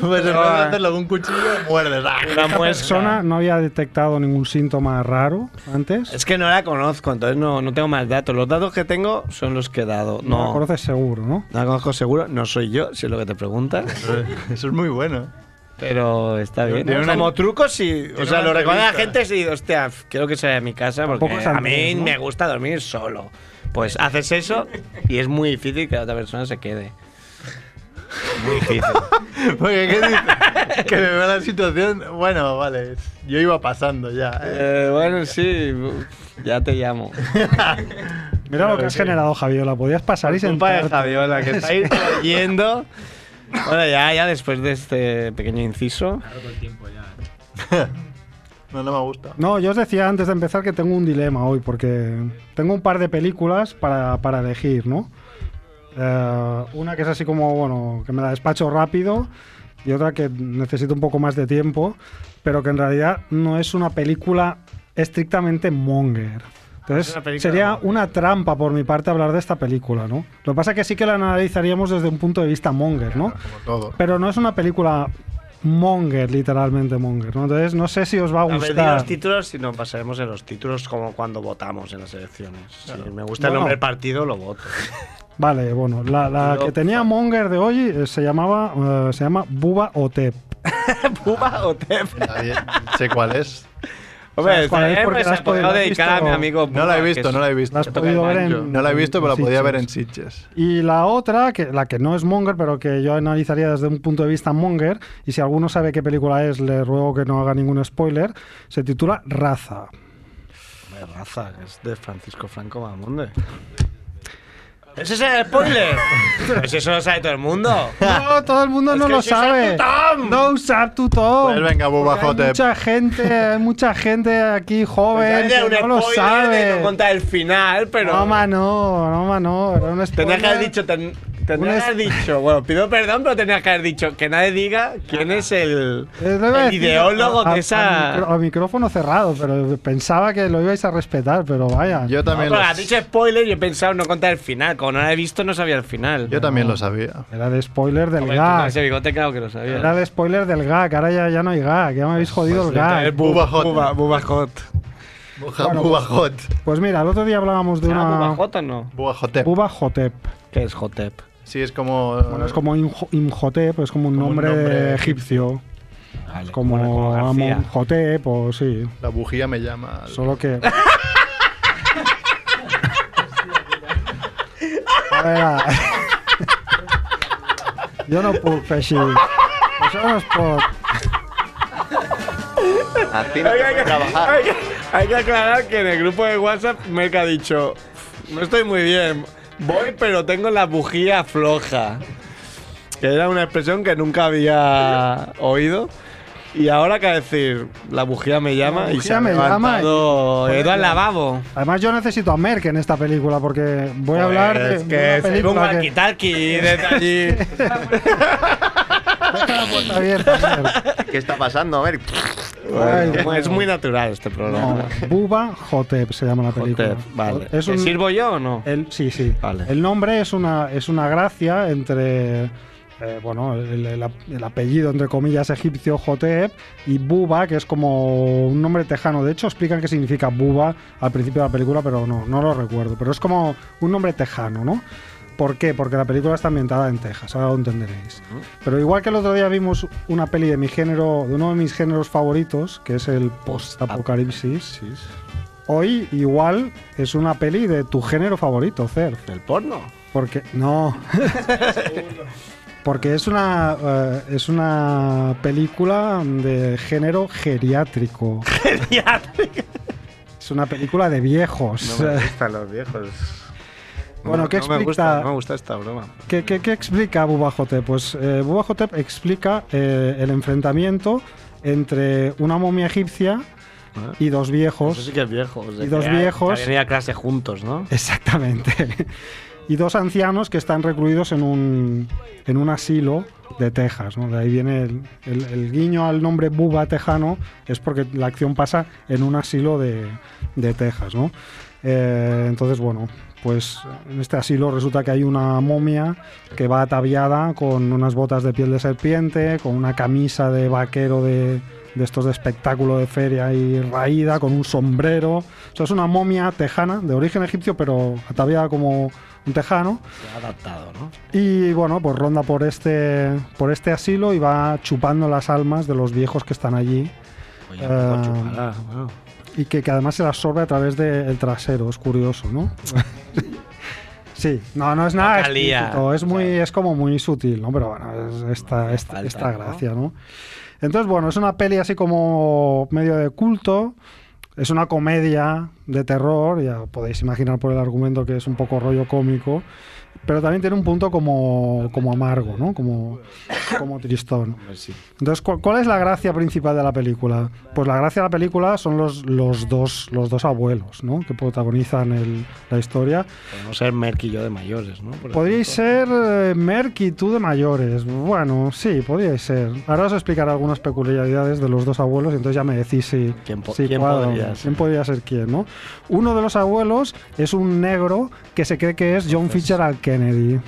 D: Pues en vez de hacerlo con un cuchillo, muerdes.
C: Una
E: persona no había detectado ningún síntoma raro antes.
C: Es que no la conozco, entonces no, no tengo más datos. Los datos que tengo son los que he dado.
E: No, la
C: No, no
E: conoces seguro, ¿no?
C: la conozco seguro, no soy yo, si es lo que te preguntas.
D: Eso es muy bueno.
C: Pero está bien.
D: Tiene una-
C: Como truco, Pues sí. O
D: tiene
C: sea,
D: una
C: lo recomienda la
D: entrevista.
C: gente si, hostia, quiero que sea de mi casa porque
D: Tampoco es
C: a mí
D: Andrés, ¿no?
C: me gusta dormir solo. Pues haces eso y es muy difícil que la otra persona se quede. Muy difícil.
D: Porque, ¿qué dices? que me veo la situación. Bueno, vale. Yo iba pasando ya.
C: Eh, bueno, sí. Ya te llamo.
E: Mira lo que has generado, Javiola. Podías pasar y
C: Culpa de
E: sentarte.
C: Javiola, que está ahí yendo. Bueno, ya, ya después de este pequeño inciso.
D: No, no me gusta.
E: No, yo os decía antes de empezar que tengo un dilema hoy, porque tengo un par de películas para, para elegir, ¿no? Eh, una que es así como, bueno, que me la despacho rápido y otra que necesito un poco más de tiempo, pero que en realidad no es una película estrictamente monger.
C: Es
E: Entonces,
C: una película
E: sería una trampa por mi parte hablar de esta película, ¿no? Lo que pasa es que sí que la analizaríamos desde un punto de vista monger, ¿no?
D: Todo.
E: Pero no es una película monger, literalmente monger, ¿no? Entonces, no sé si os va a
C: A ver, di
E: gustar.
C: los títulos y no pasaremos en los títulos como cuando votamos en las elecciones. Si me gusta el
E: Bueno.
C: nombre del partido, lo voto.
E: Vale, bueno, la, la
C: Lo-
E: que tenía Monger de hoy eh, se llamaba eh, se llama Buba Otep.
C: ¿Puba o Tep?
D: sé cuál es.
C: Hombre,
E: ¿Sabes cuál
C: está
E: es?
C: bien,
E: Porque
C: pues
E: las
C: se podría
E: podrás
C: dedicar
E: visto-
C: a mi amigo.
D: No la
C: Puba,
D: he
C: que
D: visto,
C: es-
D: no la he visto.
E: La has podido ver en-
D: No la he visto, pero la
E: en
D: podía ver en
E: Sitges.
D: Sitges.
E: Y la otra, que la que no es Monger, pero que yo analizaría desde un punto de vista Monger, y si alguno sabe qué película es, le ruego que no haga ningún spoiler, se titula Raza.
C: Hombre, raza, que es de Francisco Franco Mamonde. ¡Ese es el spoiler! pues eso lo sabe todo el mundo.
E: No, todo el mundo
C: Es
E: no
C: que
E: lo
C: es Usar
E: sabe.
C: tu Tom.
E: No usar tu Tom.
D: Pues venga, Bubba
E: Porque hay
D: Hotep.
E: Mucha gente, hay mucha gente aquí joven
C: Pues ya era
E: que
C: un
E: no lo
C: spoiler de No
E: sabe.
C: contar el final, pero.
E: No, ma, no, no, ma, no. Era un
C: Tendrías que
E: spoiler.
C: haber dicho, ten- tendrías
E: Un
C: que haber dicho, bueno, pido perdón, pero tendrías que haber dicho que nadie diga quién es el, el ideólogo
E: Eh, a-
C: de
E: A, micro-
C: esa.
E: a micrófono cerrado, pero pensaba que lo ibais a respetar, pero vaya.
D: Yo
C: No,
D: también,
C: pero
D: lo,
C: has dicho spoiler y he pensado no contar el final. Como no la he visto, no sabía el final.
D: yo también lo sabía.
E: Era de spoiler del
C: Hombre, tú con ese
E: gag.
C: bigote, claro que lo sabía.
E: Era de spoiler del gag. Ahora ya, ya no hay gag. Ya me habéis
C: Pues
E: jodido el
C: El
E: gag.
C: eh, buba,
D: Bubajot.
C: buba, bubajot.
E: Bueno,
D: Bubajot.
E: Pues mira, el otro día hablábamos de
C: ¿Se llama
E: una.
C: bubajot Ah, o no?
D: Bubajotep.
E: Buba Jotep.
C: ¿Qué es Jotep?
D: Sí, es como. eh,
E: Bueno, es como Imjo- Imhotep, es como un
D: Como un
E: nombre,
D: nombre
E: egipcio.
C: Vale.
E: Como,
C: Bueno, García.
E: Amonhotep o sí.
D: La bujía me llama.
E: Solo que. A ver, a- Yo no puc fer així. Això no es pot.
A: Así no se
C: Hay
A: puede
C: que-
A: trabajar.
C: hay que- Hay que aclarar que en el grupo de WhatsApp Merck ha dicho: No estoy muy bien, voy, pero tengo la bujía floja. que era una expresión que nunca había oído. Y ahora que decir, la bujía me llama y se
E: bujía
C: ha
E: me llama
C: levantado
E: y-
C: Edu al lavabo. Pues
E: Además, yo necesito a Merck en esta película porque voy a hablar de.
C: Es
E: de una
C: que se
E: película
C: ponga
E: Pues que-
C: al quitarqui desde allí.
D: Ah, pues
E: Está abierta,
A: ¿Qué está pasando? A ver.
C: Bueno,
E: Bueno.
C: Es muy natural este programa.
E: No, Bubba Hotep se llama la película.
C: Hotep, vale.
E: Es
C: ¿Te
E: un-
C: sirvo yo o no?
E: El, sí, sí.
C: Vale.
E: El nombre es una, es una gracia entre. eh, bueno, el, el ap- el apellido, entre comillas, egipcio Hotep y Buba, que es como un nombre tejano. De hecho, explican qué significa Buba al principio de la película, pero no, no lo recuerdo. Pero es como un nombre tejano, ¿no? ¿Por qué? Porque la película está ambientada en Texas, ahora lo entenderéis. Pero igual que el otro día vimos una peli de mi género, de uno de mis géneros favoritos, que es el post-apocalipsis, hoy igual es una peli de tu género favorito, Cer.
C: ¿El porno?
E: Porque, no. Porque es una, eh, es una película de género geriátrico. Es una película de viejos.
C: No me gustan los viejos.
E: Bueno,
C: No,
E: ¿qué
C: No me, gusta,
E: explica-
C: no me gusta esta broma.
E: ¿Qué, qué, qué explica Bubajotep? Pues eh, Bubajotep explica eh, el enfrentamiento entre una momia egipcia y dos viejos.
C: Ah. Eso sí que es viejo. o sea,
E: Y dos
C: que ha-
E: viejos.
C: que Venía a clase juntos, ¿no?
E: Exactamente. Y dos ancianos que están recluidos en un, en un asilo de Texas. ¿no? De ahí viene el, el- el guiño al nombre Buba tejano, es porque la acción pasa en un asilo de, de Texas. ¿no? Eh, entonces, bueno, pues en este asilo resulta que hay una momia que va ataviada con unas botas de piel de serpiente, con una camisa de vaquero de, de estos de espectáculo de feria y raída, con un sombrero. O sea, es una momia tejana, de origen egipcio, pero ataviada como un tejano.
C: Se ha adaptado, ¿no?
E: Y bueno, pues ronda por este, por este asilo y va chupando las almas de los viejos que están allí.
C: Oye,
E: Eh,
C: por chuparla, bueno.
E: y que, que además se la absorbe a través del trasero, es curioso, ¿no? sí, no, no es nada
C: Localía.
E: explícito, es, muy, es como muy sutil, ¿no? Pero bueno, es esta, esta,
C: falta,
E: esta
C: ¿no?
E: gracia, ¿no? Entonces, bueno, es una peli así como medio de culto, es una comedia de terror, ya podéis imaginar por el argumento que es un poco rollo cómico, pero también tiene un punto como, como amargo, ¿no? Como, como tristón.
C: Pues sí.
E: Entonces, ¿cu- ¿cuál es la gracia principal de la película? Pues la gracia de la película son los, los, dos, los dos abuelos, ¿no? Que protagonizan el- la historia.
C: Podemos ser Merck y yo de mayores, ¿no? Por
E: Podríais ser eh, Merck y tú de mayores. Bueno, sí, podríais ser. Ahora os explicaré algunas peculiaridades de los dos abuelos y entonces ya me decís si...
C: ¿Quién po-
E: si
C: quién
E: cuadran,
C: podría ser?
E: quién podría ser quién, ¿no? Uno de los abuelos es un negro que se cree que es
C: Pues
E: John Fitzgerald Kennedy.
C: ejemplo,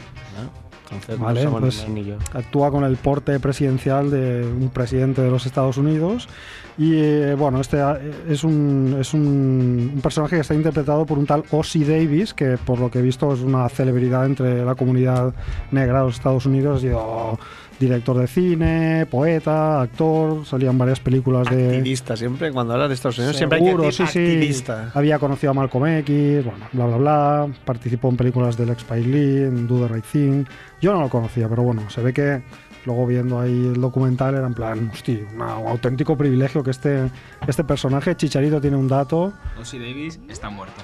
C: ¿no? Entonces,
E: Vale,
C: no somos
E: pues-
C: ni Merck ni yo.
E: actúa con el porte presidencial de un presidente de los Estados Unidos. Y eh, bueno, este ah, es, un, es un, un personaje que está interpretado por un tal Ossie Davis, que por lo que he visto es una celebridad entre la comunidad negra de los Estados Unidos. Ha sido director de cine, poeta, actor, salían varias películas de,
C: Activista, siempre. Cuando hablas de Estados Unidos, siempre hay que
E: Seguro,
C: decir
E: sí, sí.
C: activista.
E: Había conocido a Malcolm X, bueno, bla, bla, bla. Participó en películas del ex Spike Lee, en Do the Right Thing. Yo no lo conocía, pero bueno, se ve que luego viendo ahí el documental era en plan, hostia, una- un auténtico privilegio que este, este personaje, Chicharito, tiene un dato.
F: Ozzy Davis está muerto.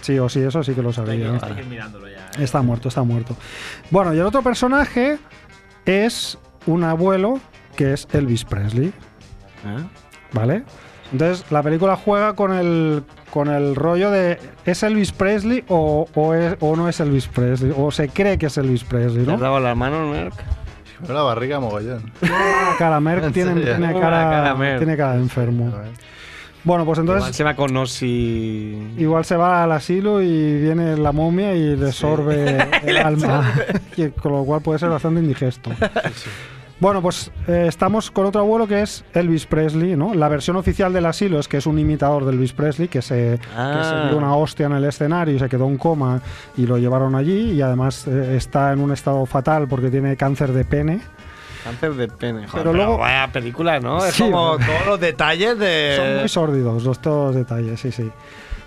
E: Sí o sí, eso sí que lo sabía.
F: Hay que ir mirándolo ya. ¿eh?
E: Está muerto, está muerto. Bueno, y el otro personaje es un abuelo que es Elvis Presley.
C: ¿Eh?
E: ¿Vale? Entonces, la película juega con el, con el rollo de ¿es Elvis Presley o, o es- o no es Elvis Presley? O se cree que es Elvis Presley,
C: ¿Te has
E: ¿no? Pues
C: dado la mano, Merck?
D: Pero la barriga mogollón.
E: Cara Merck
D: ¿En
E: tiene,
D: serio?
E: tiene
C: Una
E: cara,
C: cara Merck.
E: tiene cara de enfermo. Bueno, pues entonces
C: Igual se va con Ossi.
E: igual se va al asilo y viene la momia y le sorbe el alma. Y con lo cual puede ser bastante indigesto. Bueno, pues eh, estamos con otro abuelo que es Elvis Presley, ¿no? La versión oficial del asilo es que es un imitador de Elvis Presley que se, que se
C: Ah.
E: dio una hostia en el escenario y se quedó en coma y lo llevaron allí y además eh, está en un estado fatal porque tiene cáncer de pene.
C: Cáncer de pene. Joder,
E: Pero luego-
C: vaya película, ¿no? Es
E: Sí,
C: como
E: pero-
C: todos los detalles de.
E: Son muy sórdidos los todos los detalles, sí, sí.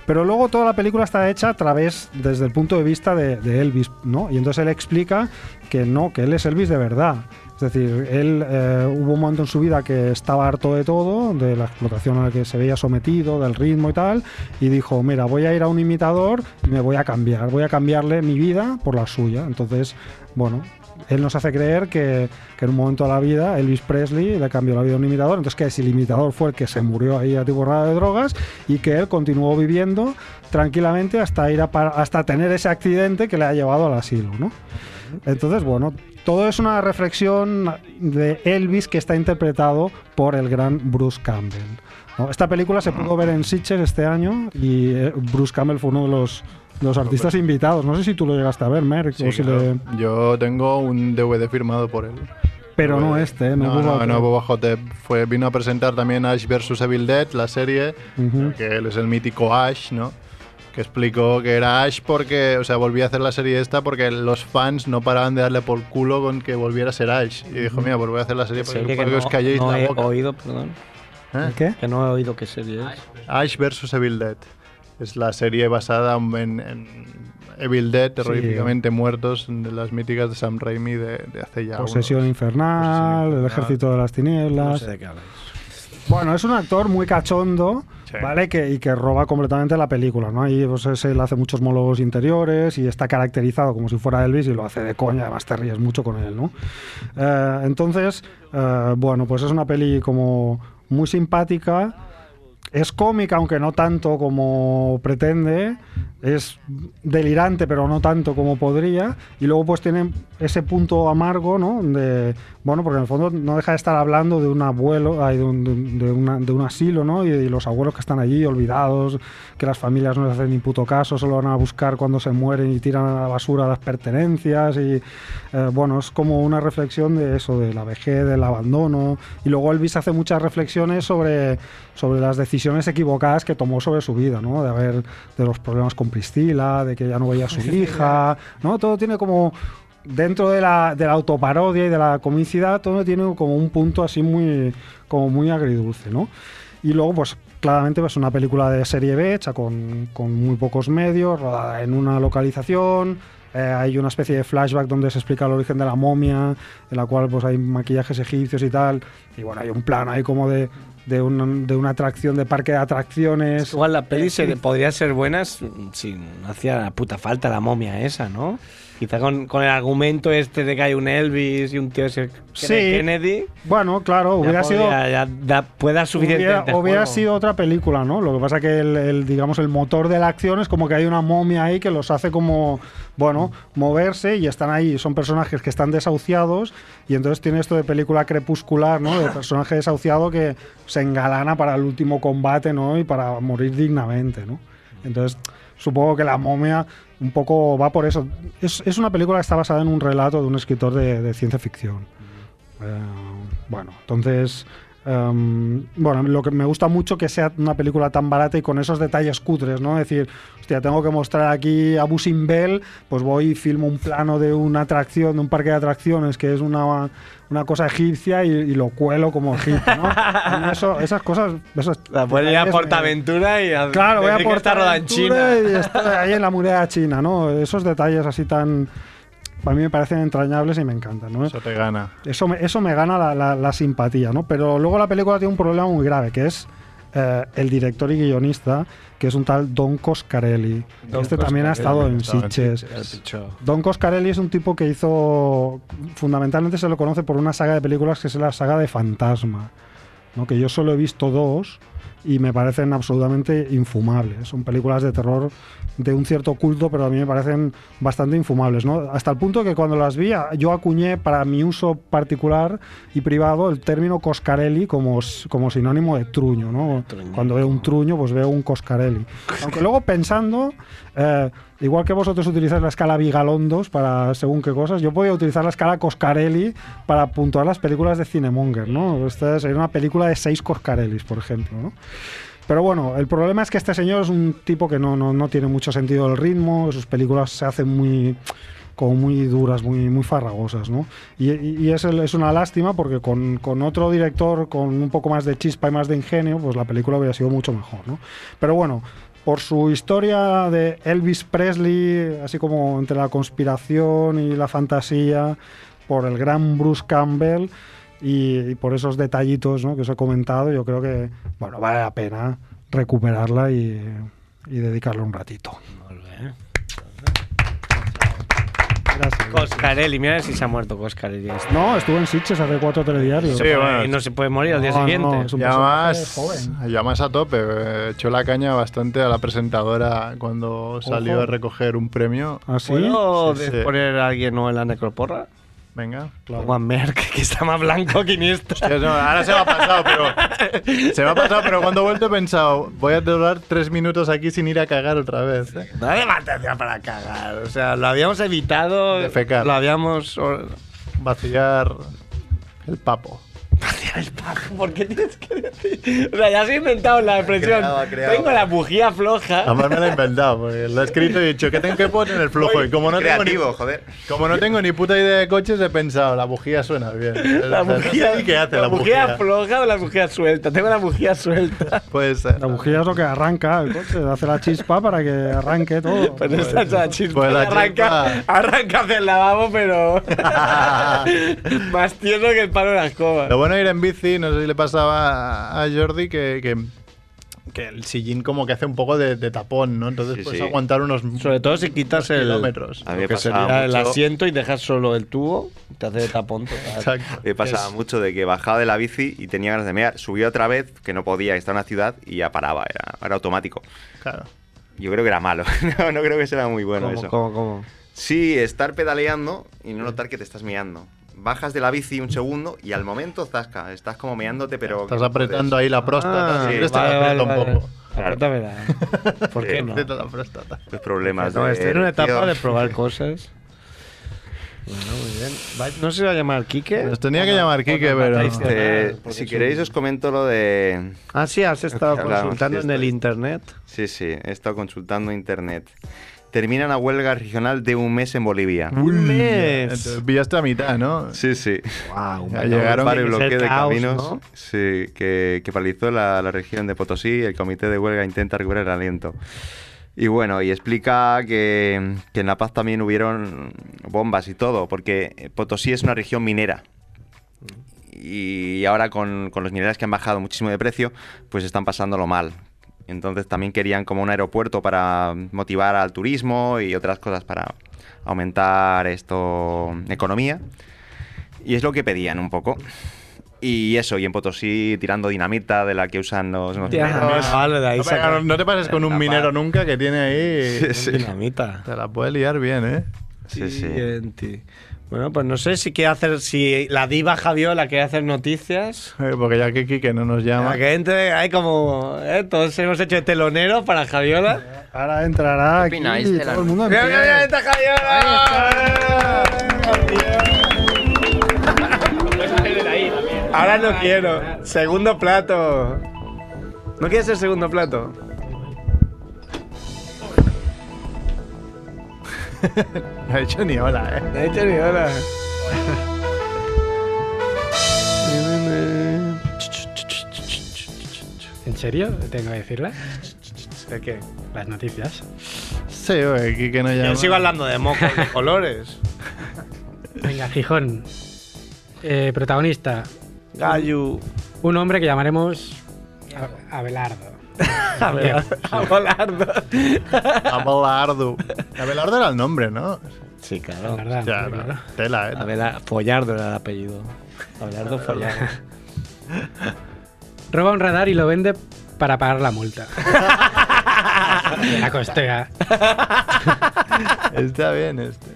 E: Pero luego toda la película está hecha a través, desde el punto de vista de, de Elvis, ¿no? Y entonces él explica que no, que él es Elvis de verdad. Es decir, él eh, hubo un momento en su vida que estaba harto de todo, de la explotación a la que se veía sometido, del ritmo y tal, y dijo, mira, voy a ir a un imitador y me voy a cambiar, voy a cambiarle mi vida por la suya. Entonces, bueno, Él nos hace creer que, que en un momento de la vida Elvis Presley le cambió la vida a un imitador. Entonces, que si el imitador fue el que se murió ahí atiborrado de drogas y que él continuó viviendo tranquilamente hasta, ir a par- hasta tener ese accidente que le ha llevado al asilo, ¿no? Entonces, bueno, todo es una reflexión de Elvis que está interpretado por el gran Bruce Campbell. ¿no? Esta película se pudo ver en Sitges este año y eh, Bruce Campbell fue uno de los, de los artistas invitados. No sé si tú lo llegaste a ver, Merck,
D: Sí,
E: o si
D: claro.
E: le-
D: Yo tengo un DVD firmado por él.
E: pero no este, ¿eh? no,
D: Pues No,
E: Boba
D: no,
E: Fett.
D: no, Boba Hotep. Fue, vino a presentar también Ash vs. Evil Dead, la serie,
E: Ujú.
D: que él es el mítico Ash, ¿no? Que explicó que era Ash porque, o sea, volvía a hacer la serie esta porque los fans no paraban de darle por culo con que volviera a ser Ash. Y dijo, mira, volví a hacer la serie porque
C: Serie que
D: que os
C: no-
D: calléis
C: no
D: la
C: he
D: boca".
C: oído, perdón.
D: ¿Eh?
E: ¿Qué?
C: Que no he oído qué serie es.
D: Ash vs. Evil Dead. Es la serie basada en, en Evil Dead, terroríficamente muertos, de las míticas de Sam Raimi de, de hace ya unos-
E: Posesión infernal, el ejército de las tinieblas.
D: No sé de qué habláis.
E: Bueno, es un actor muy cachondo, ¿vale? Que, y que roba completamente la película, ¿no? Y pues, es- él hace muchos monólogos interiores y está caracterizado como si fuera Elvis y lo hace de coña, además te ríes mucho con él, ¿no? Eh, entonces, eh, bueno, pues es una peli como muy simpática. Es cómica, aunque no tanto como pretende. Es delirante, pero no tanto como podría. Y luego pues tiene ese punto amargo, ¿no? De, bueno, porque en el fondo no deja de estar hablando de un abuelo, ay, de, un, de un- de una- de un asilo, ¿no? Y de los abuelos que están allí olvidados, que las familias no les hacen ni puto caso, solo van a buscar cuando se mueren y tiran a la basura las pertenencias. Y eh, bueno, es como una reflexión de eso, de la vejez, del abandono. Y luego Elvis hace muchas reflexiones sobre, sobre las decisiones equivocadas que tomó sobre su vida, ¿no? De haber, de los problemas con Priscila, de que ya no veía a su hija, ¿no? Todo tiene como dentro de la, de la autoparodia y de la comicidad, todo tiene como un punto así muy, como muy agridulce, ¿no? Y luego, pues claramente es una película de serie B hecha con, con muy pocos medios, rodada en una localización. eh, hay una especie de flashback donde se explica el origen de la momia, en la cual pues hay maquillajes egipcios y tal. Y bueno, hay un plan ahí como de, de, un- de una atracción, de parque de atracciones.
C: Igual la peli se, podría ser buena si si no hacía la puta falta la momia esa, ¿no? Quizá con, con el argumento este de que hay un Elvis y un tío ese que
E: Sí.
C: era Kennedy.
E: Bueno,
C: ya
E: claro, hubiera sido.
C: podría- ya da, puede dar suficiente.
E: Hubiera,
C: antejuego.
E: hubiera sido otra película, ¿no? Lo que pasa que el, el, digamos el motor de la acción es como que hay una momia ahí que los hace como bueno moverse y están ahí, son personajes que están desahuciados y entonces tiene esto de película crepuscular, ¿no? De personaje desahuciado que se engalana para el último combate, ¿no? Y para morir dignamente, ¿no? Entonces supongo que la momia un poco va por eso. Es, es una película que está basada en un relato de un escritor de- de ciencia ficción. Eh, bueno, entonces. em, bueno, lo que me gusta mucho que sea una película tan barata y con esos detalles cutres, ¿no? Es decir, hostia, tengo que mostrar aquí a Busin Bell, pues voy y filmo un plano de una atracción, de un parque de atracciones que es una, una cosa egipcia y, y lo cuelo como egipcio, ¿no? A mí eso- esas cosas. Esos
C: Puede ir a
E: detalles me-
C: Portaventura y a,
E: Claro, voy a
C: decir que está
E: aportar
C: rodada en China.
E: Y estoy ahí en la muralla china, ¿no? Esos detalles así tan. A mí me parecen entrañables y me encantan, ¿no?
D: Eso te gana.
E: Eso me, eso me gana la, la- la simpatía, ¿no? Pero luego la película tiene un problema muy grave, que es eh, el director y guionista, que es un tal Don Coscarelli.
D: Don
E: este también ha estado
D: Coscarelli,
E: en
D: estaba en
E: Sitges.
D: Sitges. El pichón.
E: Don Coscarelli es un tipo que hizo. Fundamentalmente se lo conoce por una saga de películas que es la saga de Fantasma. ¿no? Que yo solo he visto dos y me parecen absolutamente infumables. Son películas de terror de un cierto culto, pero a mí me parecen bastante infumables. ¿no? Hasta el punto que cuando las vi, a- yo acuñé para mi uso particular y privado el término Coscarelli como, s- como sinónimo de truño. ¿no? Cuando veo un truño, pues veo un Coscarelli. Aunque luego pensando, eh, igual que vosotros utilizáis la escala Vigalondos para según qué cosas, yo podía utilizar la escala Coscarelli para puntuar las películas de Cinemonger, ¿no? Esta sería una película de seis Coscarellis, por ejemplo, ¿no? Pero bueno, el problema es que este señor es un tipo que no, no, no tiene mucho sentido del ritmo, sus películas se hacen muy como muy duras, muy, muy farragosas, ¿no? Y, y- y es, el- es una lástima porque con, con otro director con un poco más de chispa y más de ingenio, pues la película hubiera sido mucho mejor, ¿no? Pero bueno, por su historia de Elvis Presley, así como entre la conspiración y la fantasía, por el gran Bruce Campbell y, y por esos detallitos ¿no? que os he comentado, yo creo que bueno, vale la pena recuperarla y, y dedicarle un ratito. Gracias.
C: Coscarelli, mira si se ha muerto Coscarelli.
E: No, estuvo en Sitges hace cuatro telediarios.
C: Sí, bueno. Y no se puede morir al día
E: No, no,
C: siguiente.
E: es un
D: Ya más,
E: personaje
D: ya más a tope. eh, Echó la caña bastante a la presentadora cuando salió a recoger un premio.
E: ¿Ah,
C: ¿Puedo
D: Sí,
C: de-
D: sí.
C: poner a alguien nuevo en la necroporra?
D: Venga,
C: Juan Merck, que está más blanco que Iniesta.
D: Hostia, no, ahora se me ha pasado, pero. Se me ha pasado, pero cuando he vuelto he pensado, voy a durar tres minutos aquí sin ir a cagar otra vez. ¿eh?
C: No hay materia para cagar. O sea, lo habíamos evitado.
D: Defecar.
C: Lo habíamos.
D: Vaciar el papo.
C: ¿Por qué tienes que decir? O sea, ya has inventado la expresión.
A: creado, ha creado.
C: Tengo la bujía floja.
D: Además me lo he inventado, porque lo he escrito y he dicho, ¿qué tengo que poner en el flojo? Y como no, tengo ni,
A: Creativo, joder.
D: como no tengo ni puta idea de coches, he pensado, la bujía suena bien.
C: La
D: O sea, no
C: bujía,
D: sé ni qué hace la,
C: la
D: bujía?
C: bujía floja o la bujía suelta. Tengo la bujía suelta.
D: Puede ser.
E: La bujía es lo que arranca el coche, hace la chispa para que arranque todo.
C: Pero esta Pues es la chispa.
D: Pues la
C: arranca,
D: chispa.
C: arranca hacia el lavabo, pero. más tierno que el palo de la escoba.
D: Lo bueno de ir en bici, no sé si le pasaba a Jordi que, que- que el sillín como que hace un poco de, de tapón, ¿no? Entonces
A: Sí,
D: puedes
A: sí.
D: aguantar unos
C: Sobre todo si quitas el.
D: kilómetros.
A: A mí me
C: que
A: pasaba
C: sería el
A: mucho.
C: asiento y dejas solo el tubo, te hace de tapón. total.
D: Exacto.
A: Me pasaba mucho de que bajaba de la bici y tenía ganas de mear. Subía otra vez, que no podía, estaba en la ciudad y ya paraba, era, era automático.
D: Claro.
A: Yo creo que era malo, no, no creo que sea muy bueno
C: ¿Cómo,
A: eso.
C: cómo, cómo?
A: Sí, estar pedaleando y no notar que te estás meando. Bajas de la bici un segundo y al momento zasca, estás como meándote, pero.
D: Estás apretando ahí la próstata.
C: Ah,
A: sí,
D: siempre te la
C: vale, vale,
D: aprieta un
C: vale.
D: poco.
A: Claro.
C: Aprétamela. ¿Por qué
A: Sí.
C: no?
D: Aprieta la próstata.
A: Pues problemas.
C: No,
A: de
C: estoy en una etapa
A: erección.
C: de probar cosas. Bueno, muy bien. Va- No se va a llamar Quique. Ah,
D: Nos tenía que llamar Quique, pero...
C: matáis, tío.
A: Eh,
C: Porque
A: si
C: es
A: queréis,
C: un-
A: os comento lo de.
C: Ah, sí, has estado
A: Que hablamos,
C: consultando
A: sí,
C: en el
A: estoy.
C: internet.
A: Sí, sí, he estado consultando internet. Termina la huelga regional de un mes en Bolivia.
C: Un
D: Entonces,
C: mes.
D: Pillaste a mitad, ¿no?
A: Sí, sí.
C: Wow,
D: Ya llegaron
A: Paro y
C: tiene que
A: bloqueo
C: ser
A: de
C: caos,
A: caminos
C: ¿no?
A: sí, que, que paralizó la, la región de Potosí. El comité de huelga intenta recuperar el aliento. Y bueno, y explica que, que en La Paz también hubieron bombas y todo, porque Potosí es una región minera. Y ahora con, con los minerales que han bajado muchísimo de precio, pues están pasándolo mal. Entonces también querían como un aeropuerto para motivar al turismo y otras cosas para aumentar esto economía. Y es lo que pedían un poco. Y eso, y en Potosí tirando dinamita de la que usan los... los
C: Ya,
A: mineros.
C: vale, de ahí
D: No,
C: saca
D: pero no te pases con un minero nunca que tiene ahí...
A: Sí, sí.
C: dinamita.
D: Te la puede liar bien, ¿eh?
A: Sí, sí.
C: Siguiente. Bueno, pues no sé si quiere hacer, si la diva Javiola quiere hacer noticias.
D: Eh, Porque ya que Quique no nos llama...
C: La que entre, hay como, ¿eh? todos hemos hecho de telonero para Javiola.
E: Ahora entrará
H: ¿Qué
E: aquí
H: opináis
E: y
H: de la
E: todo el mundo
C: ¡Mira, mira, mira,
E: empieza.
C: está Javiola! Ahora no quiero. Segundo plato. ¿No quieres el segundo plato?
D: No ha hecho ni hola, ¿eh?
C: No he hecho ni hola.
M: ¿En serio? ¿Tengo que decirla?
C: ¿De qué?
M: Las noticias.
D: Sí, oye, Quique no llama.
C: Yo sigo hablando de mocos de colores.
M: Venga, Gijón. Eh, protagonista.
C: Gallu.
M: Un hombre que llamaremos A- Abelardo.
C: Abelardo.
D: Abelardo. Abelardo era el nombre, ¿no?
C: Sí,
M: La
C: claro.
M: verdad,
D: Ya,
M: claro.
D: no. Tela, ¿eh?
C: Abelardo. Follardo era el apellido. Abelardo Follardo.
M: Roba un radar y lo vende para pagar la multa. la costea.
D: Está bien este.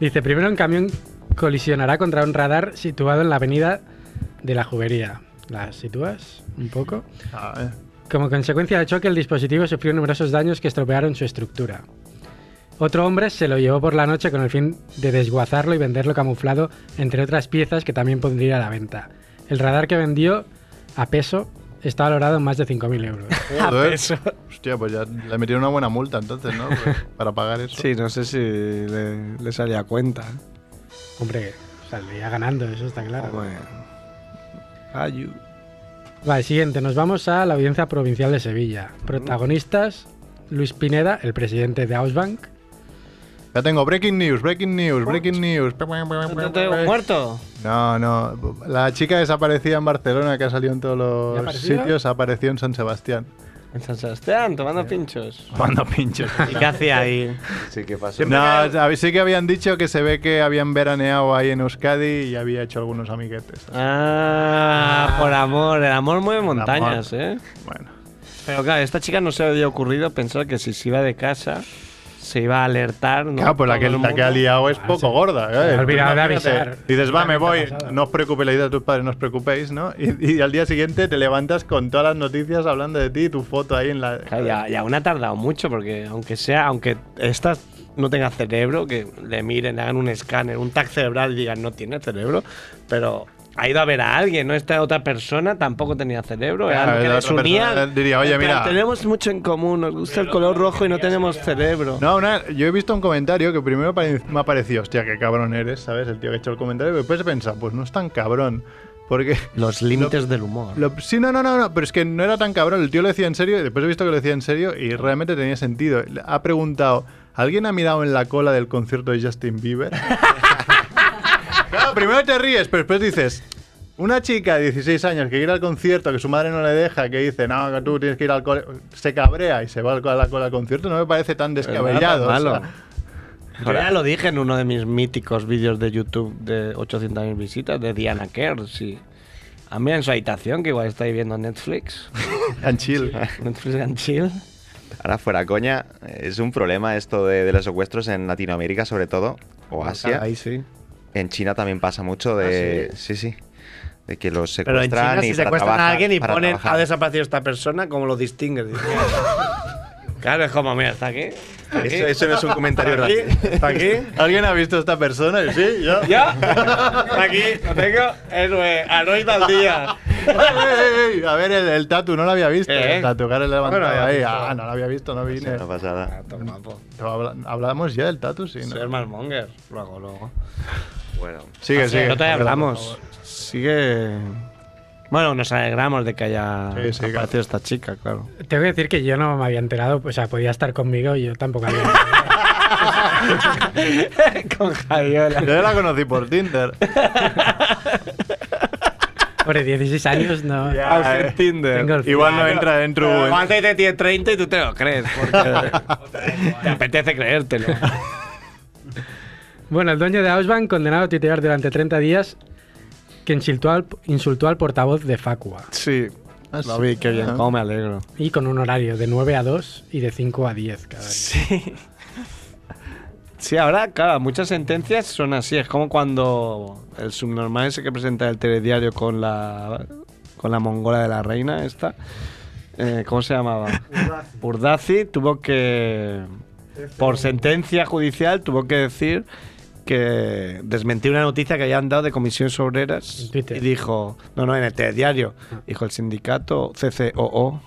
M: Dice, primero un camión colisionará contra un radar situado en la avenida de la Jubería. ¿La sitúas un poco?
D: A ver.
M: Como consecuencia del choque, el dispositivo sufrió numerosos daños que estropearon su estructura. Otro hombre se lo llevó por la noche con el fin de desguazarlo y venderlo camuflado, entre otras piezas que también pondría a la venta. El radar que vendió a peso está valorado en más de 5.000 euros.
D: Joder. Hostia, pues ya le metieron una buena multa entonces, ¿no? Pues, para pagar eso.
C: Sí, no sé si le, le salía cuenta.
M: Hombre, saldría ganando, eso está claro.
C: Bueno. Gallu.
M: Vale, siguiente, nos vamos a la Audiencia Provincial de Sevilla. Protagonistas, Luis Pineda, el presidente de Ausbank.
D: Ya tengo breaking news, breaking news, breaking news.
C: ¿Muerto?
D: No, no. La chica desaparecida en Barcelona que ha salido en todos
M: ¿Ya
D: los
M: apareció?
D: sitios apareció en San Sebastián.
C: En San Sebastián, tomando pinchos.
D: Tomando pinchos.
C: ¿Y qué hacía ahí?
D: Sí, ¿qué pasó? No, a- sí que habían dicho que se ve que habían veraneado ahí en Euskadi y había hecho algunos amiguetes.
C: Ah, por amor. El amor mueve montañas,
D: amor.
C: ¿eh? Bueno. Pero claro, esta chica no se le había ocurrido pensar que si se iba de casa, se iba a alertar. ¿no?
D: Claro, pues la
C: Todo
D: que,
C: el
D: la que
C: mundo.
D: ha
C: Ah,
D: liado es poco gorda. ¿eh?
C: ha olvidado de
D: Imagínate,
C: avisar.
D: Dices, va, me voy,
C: Totalmente pasada.
D: no os preocupéis, le dices a tus padres, no os preocupéis, ¿no? Y, y al día siguiente te levantas con todas las noticias hablando de ti y tu foto ahí en la.
C: Claro, y, a- y aún ha tardado mucho, porque aunque sea, aunque esta no tenga cerebro, que le miren, le hagan un escáner, un tag cerebral y digan no tiene cerebro, pero ha ido a ver a alguien, ¿no? Esta otra persona tampoco tenía cerebro, era
D: Claro,
C: algo que
D: la
C: les
D: otra
C: unía.
D: persona diría, "Oye,
C: En plan,
D: mira".
C: Tenemos mucho en común, nos gusta el color rojo y no tenemos cerebro.
D: No, una- yo he visto un comentario que primero pare- me ha parecido, hostia, qué cabrón eres, ¿sabes? El tío que ha hecho el comentario, pero después he pensado, pues no es tan cabrón. Porque
C: Los límites del humor.
D: Lo- sí, no, no, no, no, pero es que no era tan cabrón. El tío lo decía en serio, y después he visto que lo decía en serio y realmente tenía sentido. Ha preguntado, ¿alguien ha mirado en la cola del concierto de Justin Bieber? claro, Ah, primero te ríes, pero después dices, una chica de 16 años que quiere ir al concierto, que su madre no le deja, que dice, no, que tú tienes que ir al cole, se cabrea y se va al- a la cola al concierto, no me parece tan descabellado.
C: Pero no era tan
D: o sea.
C: malo. Yo ya lo dije en uno de mis míticos vídeos de YouTube de 800.000 visitas de Diana Kerr, sí. A mí en su habitación, que igual está ahí viendo Netflix.
D: and chill.
C: Netflix and chill.
A: Ahora fuera coña, es un problema esto de, de los secuestros en Latinoamérica sobre todo, o Asia.
C: Ahí sí. Ah,
A: En China también pasa mucho de... sí? sí, De que los
C: Pero
A: secuestran
C: en China,
A: y
C: si
A: para
C: secuestran a
A: trabajar-
C: alguien y
A: para
C: ponen
A: trabajar.
C: ha desaparecido esta persona, ¿cómo lo distingues? Dices, claro, es como, mira, está aquí. está aquí.
A: Eso- eso no es un comentario
C: Está aquí,
A: racista.
C: Está aquí.
D: ¿Alguien ha visto a esta persona? Y Sí, yo.
C: ¿Ya? Está aquí, lo tengo. Eso es, Anoy Valdía.
D: Ey, ey, ey, A ver, el, el tatu no lo había visto.
C: Eh, eh.
D: El tatu que ahora le levantaba
C: Bueno, ya,
D: ahí.
C: por favor.
D: Ah, no lo había visto, no vine.
A: Una
C: Ah,
A: pasada.
D: Habla- Hablamos ya del tatu, sí. ¿no?
C: Ser malmonger. Luego, luego.
A: Bueno.
D: Sigue, sigue.
C: No te
D: Perdón,
C: hablamos. Sigue. Bueno, nos alegramos de que haya
D: Sí, sí,
C: aparecido esta chica, claro.
M: Tengo que decir que yo no me había enterado, o sea, podía estar conmigo y yo tampoco había.
C: Con Javiola.
D: Yo la conocí por Tinder.
M: Hombre, 16 años no.
D: Ya, Al fin eh. Tinder.
M: Tengo el fin.
D: Igual no entra dentro.
C: Pero
D: eh.
C: Aguanta y te tiene 30 y tú te lo crees. Porque te apetece creértelo.
M: Bueno, el dueño de Ausbank condenado a tuitear durante 30 días que insultó al, insultó al portavoz de Facua.
C: Sí.
D: Ah,
C: Lo
D: sí.
C: vi, qué bien.
D: Ah.
C: Cómo me alegro.
M: Y con un horario de 9 a 2 y de 5 a 10 cada día.
C: Sí. Sí, ahora, claro, muchas sentencias son así. Es como cuando el subnormal ese que presenta el telediario con la, con la mongola de la reina, esta. eh, ¿Cómo se llamaba? Urdaci tuvo que, por sentencia judicial, tuvo que decir que desmentir una noticia que habían dado de comisiones obreras y dijo, no, no, en el telediario, dijo el sindicato CCOO.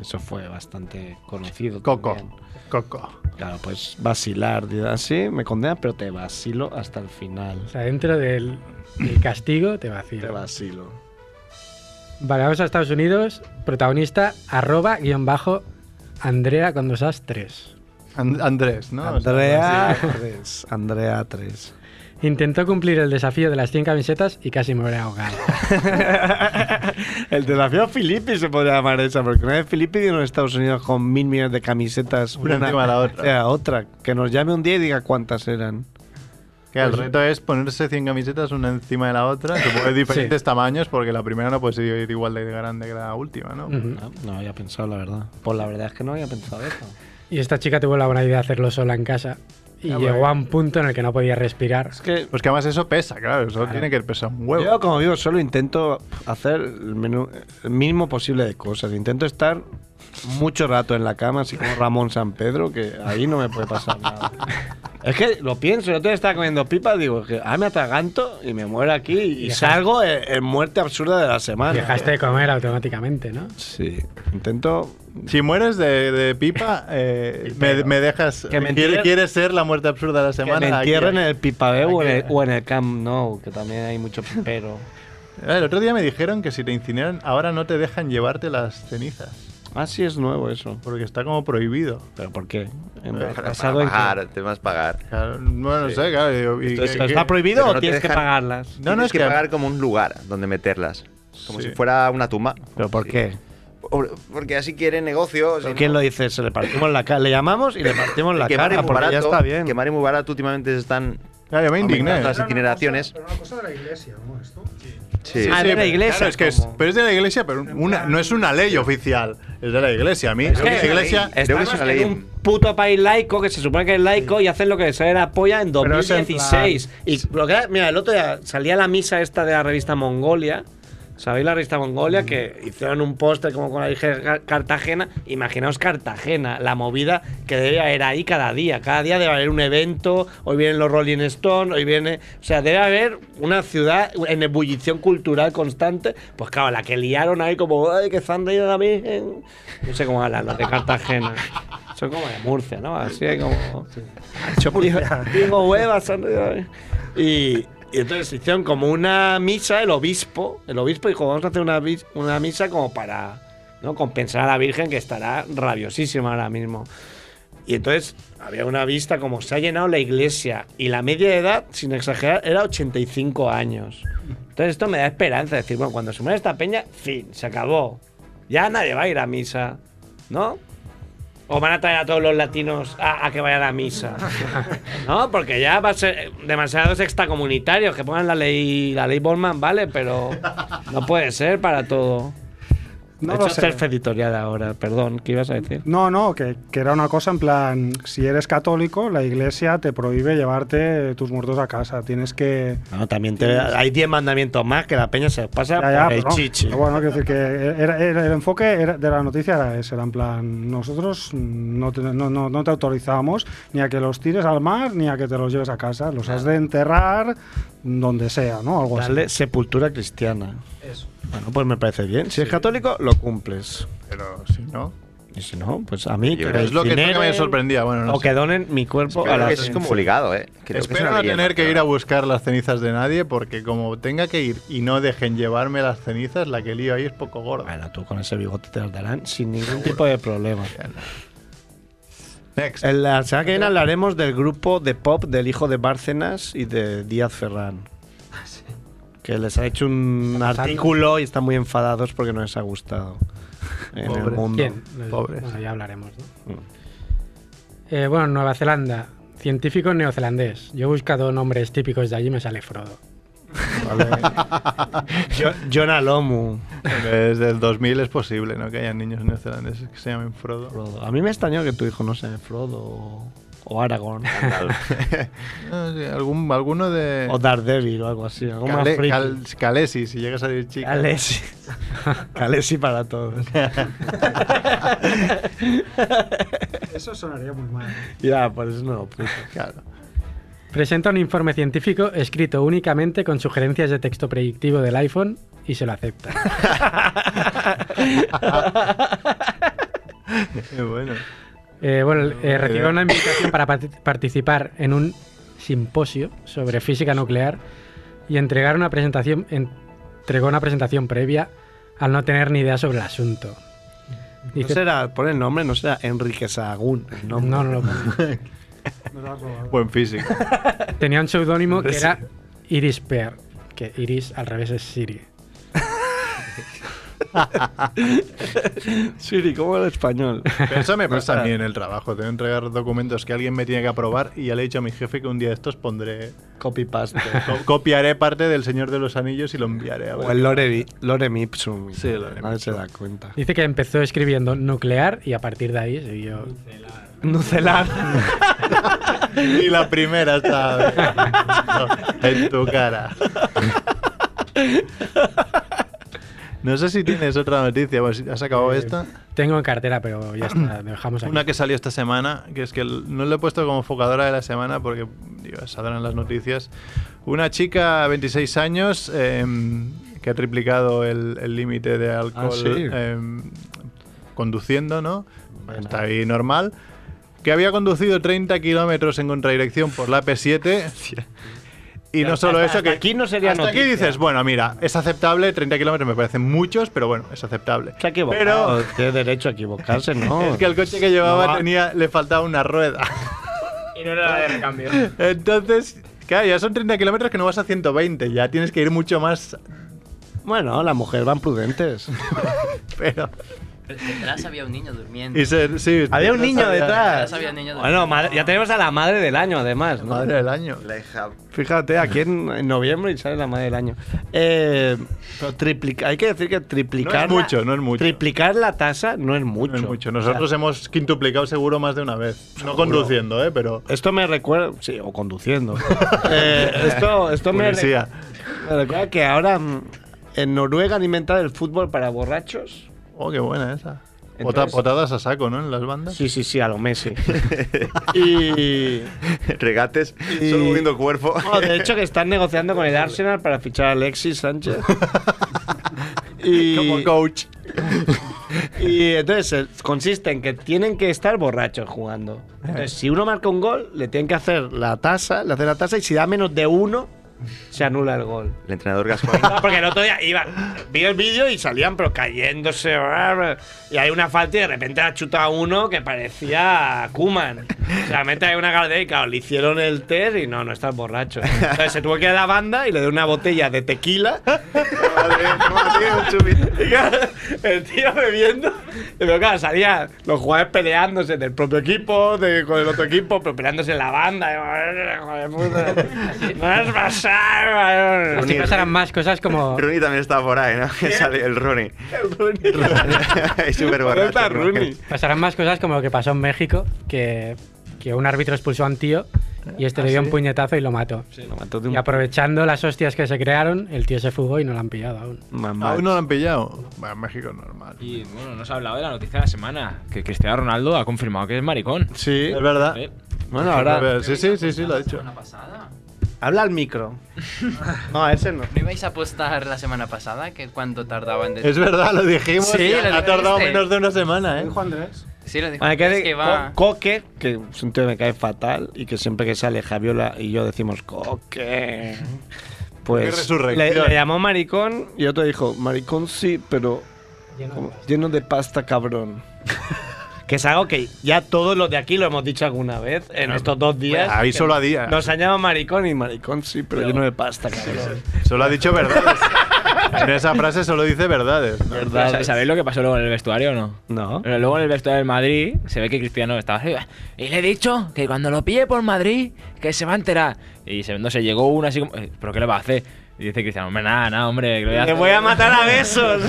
C: Eso fue bastante conocido.
D: Coco.
C: también.
D: Coco.
C: Claro, pues vacilar, dirá, así me condenas, pero te vacilo hasta el final.
M: O sea, dentro del, del castigo te
C: Te
M: vacilo.
C: vacilo.
M: Vale, vamos a Estados Unidos. Protagonista arroba guión bajo Andrea con dos as 3.
D: And- Andrés, ¿no?
C: Andrea
D: Sí.
C: 3. Andrea 3.
M: Intentó cumplir el desafío de las 100 camisetas y casi me hubiera ahogado.
C: El desafío Filippi se podría llamar esa, porque una vez Filippi vino a Estados Unidos con mil millones de camisetas.
D: Una encima de la otra.
C: eh, a otra. Que nos llame un día y diga cuántas eran. Pues
D: Que el reto es ponerse 100 camisetas una encima de la otra, supongo de diferentes tamaños, porque la primera no puede ser igual de grande que la última, ¿no?
C: No, Ah, no había pensado, la verdad. Pues la verdad es que no había pensado eso.
M: Y esta chica tuvo la buena idea de hacerlo sola en casa. Y
C: Ah,
M: llegó
C: bueno.
M: a un punto en el que no podía respirar.
C: Es que
D: Pues que además eso pesa, claro, eso tiene que pesar un huevo.
C: Yo, como digo, solo intento hacer el, menú- el mínimo posible de cosas. Intento estar mucho rato en la cama, así como Ramón San Pedro, que ahí no me puede pasar nada. Es que lo pienso, yo te estaba comiendo pipa, digo, es que ah, me atraganto y me muero aquí y
M: Dejaste-
C: salgo en, en muerte absurda de la semana.
M: Dejaste de comer automáticamente, ¿no?
C: Sí, intento.
D: Si mueres de, de pipa, eh, me, me dejas.
C: Que me
D: ¿Quiere-
C: entierren-
D: ¿Quieres ser la muerte absurda de la
C: Que
D: semana?
C: me
D: Aquí,
C: entierren en
D: aquí.
C: el Pipabé o, en el- o en el Camp Nou, que también hay mucho pipero.
D: Ah, El otro día me dijeron que si te incineran, ahora no te dejan llevarte las cenizas.
C: Ah, sí, es nuevo eso.
D: Porque está como prohibido.
C: ¿Pero por qué? ¿En
A: Para- para
C: basado en qué?
A: pagar, el tema es pagar.
D: Claro, bueno, no
A: Sí.
D: sé, claro. digo, ¿y
C: Entonces,
D: qué-
C: ¿pero
D: qué?
C: ¿Está prohibido
A: Pero
C: o
A: no te
C: tienes que
A: dejan-
C: pagarlas?
D: No, no,
A: Tienes
D: es
A: que,
D: que-
A: pagar como un lugar donde meterlas. Como
D: Sí.
A: si fuera una tumba.
C: ¿Pero por
A: Sí.
C: qué?
A: o- porque así quieren negocios.
C: ¿Pero
A: y
C: ¿Quién
A: no-
C: lo dice? Se le partimos la cara. Le llamamos y le partimos la
A: que
C: cara
A: Mari
C: porque ya
A: Mubarato-
C: está bien.
A: Que Mari Mubarak últimamente están.
D: Claro, me indigné. ¿eh?
A: Las itineraciones.
E: Pero una cosa de la iglesia, ¿no? Esto. Ah,
A: Sí.
D: Sí,
C: Ah, de la
D: pero-
C: iglesia,
D: claro, es que es- pero es de la iglesia, pero una, no es una ley oficial. Es de la iglesia. A mí,
C: Es
D: creo que
C: que
D: la iglesia.
C: estamos en un puto país laico que se supone que es laico y hacen lo que les sale la polla en
D: Pero es en
C: 2016. Y lo que era- mira, el otro día salía la misa esta de la revista Mongolia. ¿Sabéis la revista
D: Mm.
C: Mongolia? Que hicieron un póster como con la Virgen Ca- Cartagena. Imaginaos Cartagena, la movida que debe haber ahí cada día. Cada día debe haber un evento. Hoy vienen los Rolling Stone, hoy viene. O sea, debe haber una ciudad en ebullición cultural constante. Pues claro, la que liaron ahí como, ¡ay, que están de la Virgen! No sé cómo hablan los de Cartagena. Son como de Murcia, ¿no? Así como. Digo- digo huevas. son de- Y, y entonces hicieron como una misa, el obispo. El obispo dijo, vamos a hacer una, vis- una misa como para ¿no? compensar a la Virgen que estará rabiosísima ahora mismo. Y entonces había una vista como se ha llenado la iglesia y la media de edad, sin exagerar, era 85 años. Entonces esto me da esperanza, decir, bueno, cuando se muera esta peña, fin, se acabó. Ya nadie va a ir a misa, ¿no? O van a traer a todos los latinos a, a que vayan a misa. No, porque ya va a ser demasiados extracomunitarios que pongan la ley, la ley Borman, vale, pero no puede ser para todo.
E: No
C: de
E: lo
C: hecho,
E: sé.
C: ser editorial ahora, perdón, ¿qué ibas a decir?
E: No, no, que, que era una cosa en plan, si eres católico, la iglesia te prohíbe llevarte tus muertos a casa, tienes que...
C: No, también te- hay 10 mandamientos más que la peña se los pasa
E: Ya, ya,
C: por el
E: pero no.
C: chichi.
E: Pero bueno, quiero decir que era- era- el enfoque era- de la noticia era ese, era en plan, nosotros no te, no, no- no te autorizamos ni a que los tires al mar ni a que te los lleves a casa, los has de enterrar donde sea, ¿no? Algo así.
C: Darle sepultura cristiana. Eso. Bueno, pues me parece bien. Si es católico, lo cumples.
D: Pero si no.
C: Y si no, pues a mí
D: Yo
C: que
D: creo-
C: me
D: es lo que- es lo que me
C: incineren
D: sorprendía, bueno, no
C: o
D: sé.
C: que donen mi cuerpo
D: Espero
C: a la
D: que eso es como obligado, ¿eh? Espero no tener que ir a buscar las cenizas de nadie, porque como tenga que ir y no dejen llevarme las cenizas, la que lío ahí es poco gorda.
C: Bueno, tú con ese bigote te las darán sin ningún tipo de problema.
D: Next.
C: En la semana que viene hablaremos del grupo de pop del hijo de Bárcenas y de Díaz Ferrán.
D: Ah,
C: Que les ha hecho un artículo y están muy enfadados porque no les ha gustado en el
M: Pobres.
C: mundo.
M: ¿Quién? Los- Bueno, ya hablaremos. ¿no? Eh, bueno, Nueva Zelanda. Científico neozelandés. Yo he buscado nombres típicos de allí y me sale Frodo.
C: John Alomu.
D: Desde el 2000 es posible, ¿no? Que haya niños neozelandeses que se llamen Frodo.
C: A mí me extrañó que tu hijo no sea Frodo o, o Aragorn.
D: No, Ah, sí, algún, alguno de...
C: o Daredevil o algo así. Algo más
D: Cale-
C: friki.
D: Cal- Calesi, si llegas a decir chica.
C: Calesi. Calesi para todos.
E: Eso sonaría muy mal.
C: ya, por eso no lo puse.
D: Claro.
M: Presenta un informe científico escrito únicamente con sugerencias de texto predictivo del iPhone y se lo acepta.
D: Qué bueno.
M: Eh, bueno, eh, recibió
D: idea.
M: una invitación para parti- participar en un simposio sobre física nuclear y entregar una presentación, entregó una presentación previa al no tener ni idea sobre el asunto.
C: No
M: Dice-
C: será, pon el nombre, no será Enrique Sahagún. el nombre.
M: No, no lo pone.
D: Buen físico.
M: Tenía un seudónimo que era Iris Pear, que Iris al revés es Siri.
C: Siri, ¿cómo el español?
D: Pero eso me pasa a mí en el trabajo. Tengo que entregar documentos que alguien me tiene que aprobar y ya le he dicho a mi jefe que un día de estos pondré.
C: Copy paste.
D: co- copiaré parte del Señor de los Anillos y lo enviaré a
C: O el Lorem Lorem Ipsum.
D: Sí, el Lorem
C: Nadie se da cuenta.
M: Dice que empezó escribiendo nuclear y a partir de ahí siguió.
C: Nucelar.
D: Y la primera está en tu cara. No sé si tienes otra noticia. Bueno, si ¿Has acabado
M: Eh,
D: esta?
M: Tengo en cartera, pero ya está, lo dejamos aquí.
D: Una que salió esta semana, que es que l- no lo he puesto como focadora de la semana porque digo, saldrán las noticias. Una chica, 26 años, em, que ha triplicado el el límite de alcohol
C: Ah, sí.
D: em, conduciendo, ¿no? Está ahí normal. Que había conducido 30 kilómetros en contradirección por la P7. Y no solo
C: Hasta-
D: eso, que
C: hasta aquí no sería
D: hasta aquí
C: noticia.
D: dices, bueno, mira, es aceptable, 30 kilómetros me parecen muchos, pero bueno, es aceptable.
C: Se ha equivocado.
D: Pero
C: Tiene derecho a equivocarse, ¿no?
D: es que el coche que llevaba
C: No va-
D: tenía, le faltaba una rueda.
F: Y no era la de recambio.
D: Entonces, claro, ya son 30 kilómetros que no vas a 120, ya tienes que ir mucho más.
C: Bueno, las mujeres van prudentes.
D: Pero
H: Detrás había un niño durmiendo.
D: Y se- sí,
C: Había un
D: no
C: niño
D: sabía.
C: detrás.
H: Había un niño
C: Bueno, madre- ya tenemos a la madre del año, además. ¿no?
D: Madre del año.
A: La hija.
C: Fíjate, aquí en, en noviembre y sale la madre del año. Eh, pero triplica- hay que decir que triplicar.
D: No es mucho, no es mucho.
C: Triplicar la tasa no es mucho.
D: No es mucho. Nosotros hemos quintuplicado seguro más de una vez. No conduciendo, ¿eh? Pero.
C: Esto me recuerda. Sí, o conduciendo. Eh, esto esto me, re-
D: Policía.
C: me recuerda que ahora mm, en Noruega han inventado el fútbol para borrachos.
D: Oh, qué buena esa. Pota-
C: Entonces-
D: potadas a saco, ¿no? En las bandas.
C: Sí, sí, sí, a lo Messi.
D: y.
A: Regates, solo moviendo cuerpo.
C: No, de hecho, que están negociando con el Arsenal para fichar a Alexis Sánchez. y, Como
D: coach.
C: y entonces eh, consiste en que tienen que estar borrachos jugando. Entonces, si uno marca un gol, le tienen que hacer la tasa, le hacen la tasa y si da menos de uno, se anula el gol.
A: El entrenador Gascoigne.
C: No, porque el otro día iba, vi el vídeo y salían, pero cayéndose. bla, bla. Y hay una falta y de repente ha chutado uno que parecía Kuman. Realmente hay una gardera y claro, le hicieron el test y no, no estás borracho. Entonces se tuvo que ir a la banda y le dio una botella de tequila. Y claro, el tío bebiendo. y Pero claro, salían los jugadores peleándose del propio equipo, de, con el otro equipo, pero peleándose en la banda. y, "Hijo de puta, No es pasar.
M: Así pasarán más cosas como.
A: Ronnie también estaba por ahí, ¿no? Que sale el Ronnie. es súper
C: ¿Dónde está
A: borracho. ¿no?
C: Rooney?
M: Pasarán más cosas como lo que pasó en México, que, que un árbitro expulsó a un tío y este
C: ¿Ah,
M: le dio
C: sí?
M: un puñetazo y lo mató. Y aprovechando las hostias que se crearon, el tío se fugó y no lo han pillado aún.
D: Ah, Aún no lo han pillado. Bueno, en México es normal.
F: Y bueno, nos ha hablado de la noticia de la semana, que Cristiano Ronaldo ha confirmado que es maricón.
D: Sí, es verdad.
F: Eh,
C: Bueno,
D: Pero
C: ahora.
D: Sí, sí, sí, sí, lo ha dicho.
C: Habla al micro. No, ese no.
H: ¿No ibais a apostar la semana pasada que cuánto tardaban? De...
D: Es verdad, lo dijimos.
H: Sí,
D: y
H: lo
D: ha tardado
H: dijiste.
D: menos de una semana, ¿eh?
N: Juan Andrés.
H: Sí, lo dijo.
C: Bueno, hay que
H: es
C: decir
H: que va.
C: Co- Coque, que es un tío que me cae fatal y que siempre que sale Javiola y yo decimos Coque.
D: Coque
C: Pues le,
D: resurrección.
C: le llamó maricón y otro dijo, maricón sí, pero como lleno de pasta, cabrón. que es algo que ya todos los de aquí lo hemos dicho alguna vez en estos dos días.
D: pues, Ahí solo ha día.
C: Nos han llamado maricón y maricón sí, pero, lleno de pasta, cabrón.
D: Solo ha dicho verdades. en esa frase solo dice verdades. ¿no?
F: pero sa- ¿Sabéis lo que pasó luego en el vestuario o no?
C: No.
F: Pero luego en el vestuario del Madrid se ve que Cristiano estaba arriba. Y le he dicho que cuando lo pille por Madrid, que se va a enterar. Y se, no sé, llegó uno así como, "Eh, ¿pero qué le va a hacer? Y dice Cristiano, hombre, nada, nada, hombre. que lo voy a
C: Te
F: hacer".
C: voy a matar a besos.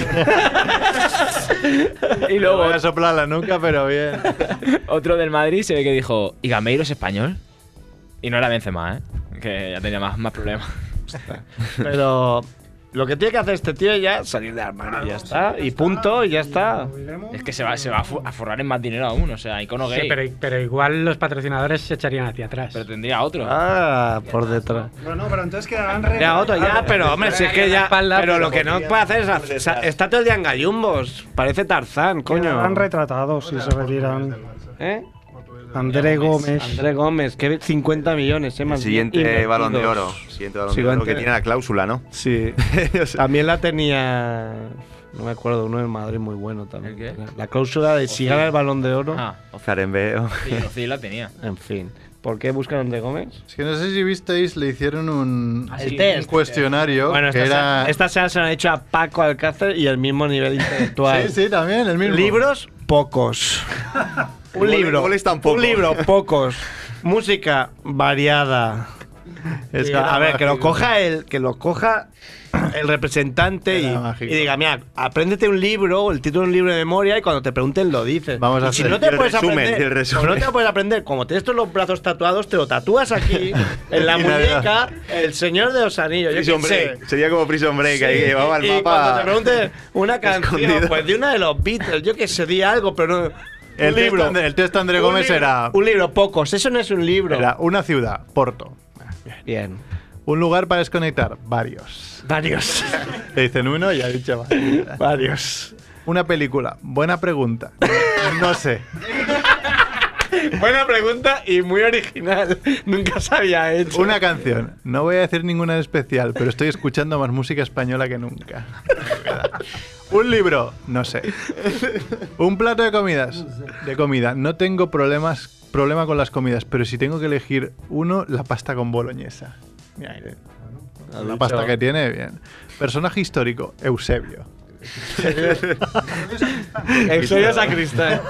F: Y
D: Te
F: luego
D: voy a soplar la nuca, pero bien.
F: otro del Madrid se ve que dijo, ¿y Gameiro es español? Y no era Benzema, ¿eh? Que ya tenía más, más problemas.
C: pero lo que tiene que hacer este tío es ya salir de armario, Ah, ya está. Y punto, y ya está.
F: Es que se va, se va a, fu- a forrar en más dinero aún, o sea, icono
M: Sí,
F: gay.
M: pero, pero igual los patrocinadores se echarían hacia atrás.
F: Pero tendría otro.
C: Ah, por detrás.
E: Pero no, pero entonces quedarán
C: Ya, otro, ya,
D: Ah.
C: pero hombre, si es que ya.
M: espalda,
E: pues,
C: Pero
M: pero
C: lo que no puede hacer es. hacer- sa- Está todo el día en gallumbos. Parece Tarzán, coño.
E: Quedarán retratados si se retiran.
C: ¿Eh?
E: André Gómez.
C: André Gómez, que 50 millones, ¿eh?
A: El
C: más
A: siguiente
C: invertidos.
A: balón de oro. Siguiente balón de oro
C: Siguiente.
A: que tiene la cláusula, ¿no?
C: Sí.
A: O sea,
C: También la tenía. No me acuerdo, uno en Madrid muy bueno también.
F: ¿El qué?
C: La cláusula de si gana el balón de oro.
F: Ah,
A: Zarembe, o-
F: sí, sí, la tenía.
C: En fin. ¿Por qué buscan a André Gómez?
D: Es que no sé si visteis, le hicieron un,
F: Ah, sí,
D: un
F: test.
D: cuestionario
C: Bueno,
D: que
C: esta,
D: era.
C: se- esta semana se lo han hecho a Paco Alcácer y el mismo nivel intelectual.
D: Sí, sí, también, el mismo.
C: Libros, pocos. un
A: Goles-
C: libro.
A: goles tampoco.
C: Un libro, pocos. Música variada.
D: Es
C: Digo,
D: que era
C: a ver, que lo
D: mágico.
C: coja el, que lo coja el representante y,
D: Era
C: y
D: mágico.
C: diga, mira, apréndete un libro o el título de un libro de memoria y cuando te pregunten lo dices.
D: Vamos a
C: Y si
D: hacer
C: no te
A: el
C: puedes
A: resumen,
C: aprender,
A: el resumen.
C: o no te puedes aprender, como tienes todos los brazos tatuados, te lo tatúas aquí, en la
A: Y nada.
C: muñeca, el señor de los anillos. Yo
A: Prison
C: qué sé.
A: Break. Sería como Prison Break, ahí que llevaba el
C: Y cuando te
A: mapa.
C: pregunte una canción,
A: Escondido.
C: pues de una de los Beatles, yo que sé, di algo, pero no.
D: El
C: un
D: test
C: libro.
D: André- el test André
C: Un
D: Gómez
C: libro-
D: era-
C: Un libro, pocos. Eso no es un libro.
D: Era una ciudad, Porto.
C: Bien.
D: Un lugar para desconectar, varios.
C: Varios.
D: Le dicen uno y ha dicho varios.
C: Varios.
D: Una película, buena pregunta. No sé.
C: Buena pregunta y muy original. Nunca se había hecho.
D: Una canción. No voy a decir ninguna en especial, pero estoy escuchando más música española que nunca. Un libro. No sé. Un plato de comidas. De comida. No tengo problemas, problema con las comidas, pero si tengo que elegir uno, la pasta con boloñesa. Mira, La pasta que tiene, bien. Personaje histórico, Eusebio.
C: Exodio sacristán.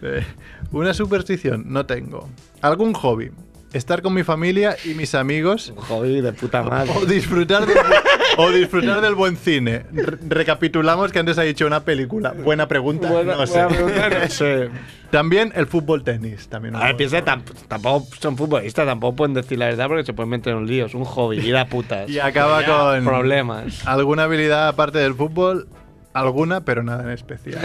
D: Eh, Una superstición, no tengo. ¿Algún hobby? Estar con mi familia y mis amigos. Un hobby de puta madre. O disfrutar, del bu- o disfrutar del buen cine. Re- recapitulamos que antes ha dicho una película. Buena pregunta.
C: Buena-
D: no sé.
C: buena pregunta, no sé.
D: También el fútbol tenis. También un
C: A ver,
D: buen-
C: piensa, tamp- tampoco son futbolistas, tampoco pueden decir la verdad porque se pueden meter en un lío. Es un hobby, ir a putas.
D: Y acaba con.
C: Problemas.
D: ¿Alguna habilidad aparte del fútbol? Alguna, pero nada en especial.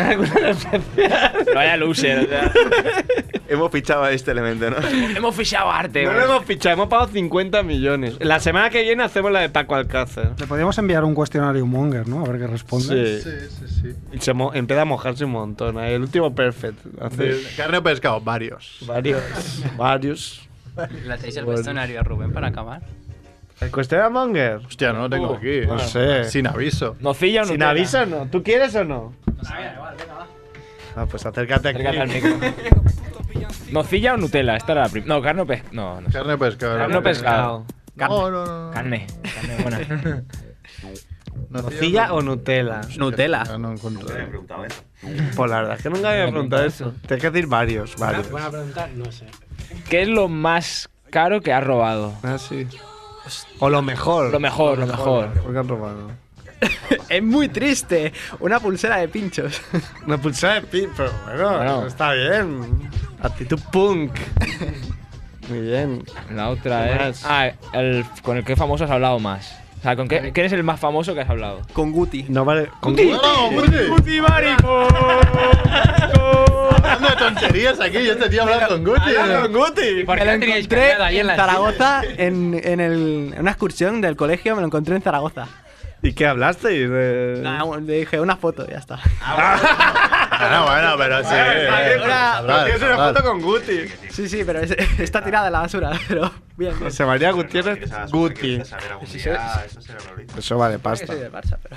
F: Vaya loser. o sea.
O: Hemos fichado a este elemento, ¿no?
F: hemos fichado arte.
C: No
F: güey.
C: lo hemos fichado, hemos pagado 50 millones. La semana que viene hacemos la de Paco Alcázar.
E: Le podríamos enviar un cuestionario Monger, ¿no? A ver qué responde.
D: sí, sí.
C: Y se mo- empieza a mojarse un montón. ahí, El último perfect.
D: De carne o pescado, varios.
C: Varios. Varios.
H: ¿Le hacéis el
C: Bueno.
H: cuestionario a Rubén para acabar?
C: ¿El cuestionario Monger?
D: Hostia, no lo tengo
C: Uh,
D: aquí.
C: no sé.
D: Sin aviso.
F: ¿Nocilla o
C: ¿Sin
F: Nutella?
C: aviso o no? ¿Tú quieres o no? Ah, pues acércate aquí.
F: Acércate al micro. ¿Nocilla o Nutella? Esta era la primera. No, carne o pescado. No, no. sé.
D: Carne o pescado.
F: Carne o pescado. Carne.
D: No, no, no, no.
F: Carne. Carne buena.
C: ¿Nocilla o Nutella?
H: Nutella.
D: No, no encuentro.
C: Pues la verdad es que nunca había preguntado eso. Tienes que decir varios, varios.
M: Buena pregunta, no sé.
F: ¿Qué es lo más caro que has robado?
C: Ah, sí. O lo mejor.
F: Lo mejor, lo mejor.
C: Porque han robado.
H: Es muy triste. Una pulsera de pinchos.
C: Una pulsada de pin, pero bueno,
F: Bueno.
C: está bien. Actitud punk. Muy bien.
F: La
C: ¿Qué
F: otra
C: más?
F: es. Ah, el, con el que famoso has hablado más. O sea, ¿con qué, qué eres el más famoso que has hablado?
H: Con Guti.
C: No vale. Con
D: ¡No, Guti!
F: ¡Guti Marico!
D: Hablando de tonterías aquí, yo te tío hablar con Guti.
C: con Guti.
F: ¿Por
G: Me
F: qué
G: lo
F: la teníais
G: encontré
F: callada ahí en
G: en
F: la
G: Zaragoza, en, en el- en una excursión del colegio, me lo encontré en Zaragoza.
C: ¿Y qué hablaste? Eh,
G: Nada, bueno, le dije una foto, ya está.
D: Bueno, Ah, bueno, pero sí. hablar,
C: Tienes una
D: hablar.
C: foto con Guti.
G: Sí, sí, pero es- está tirada a la basura, pero bien. bien.
C: José María Gutiérrez Guti. Ah, Eso vale pasta.
G: Soy del Barça, pero-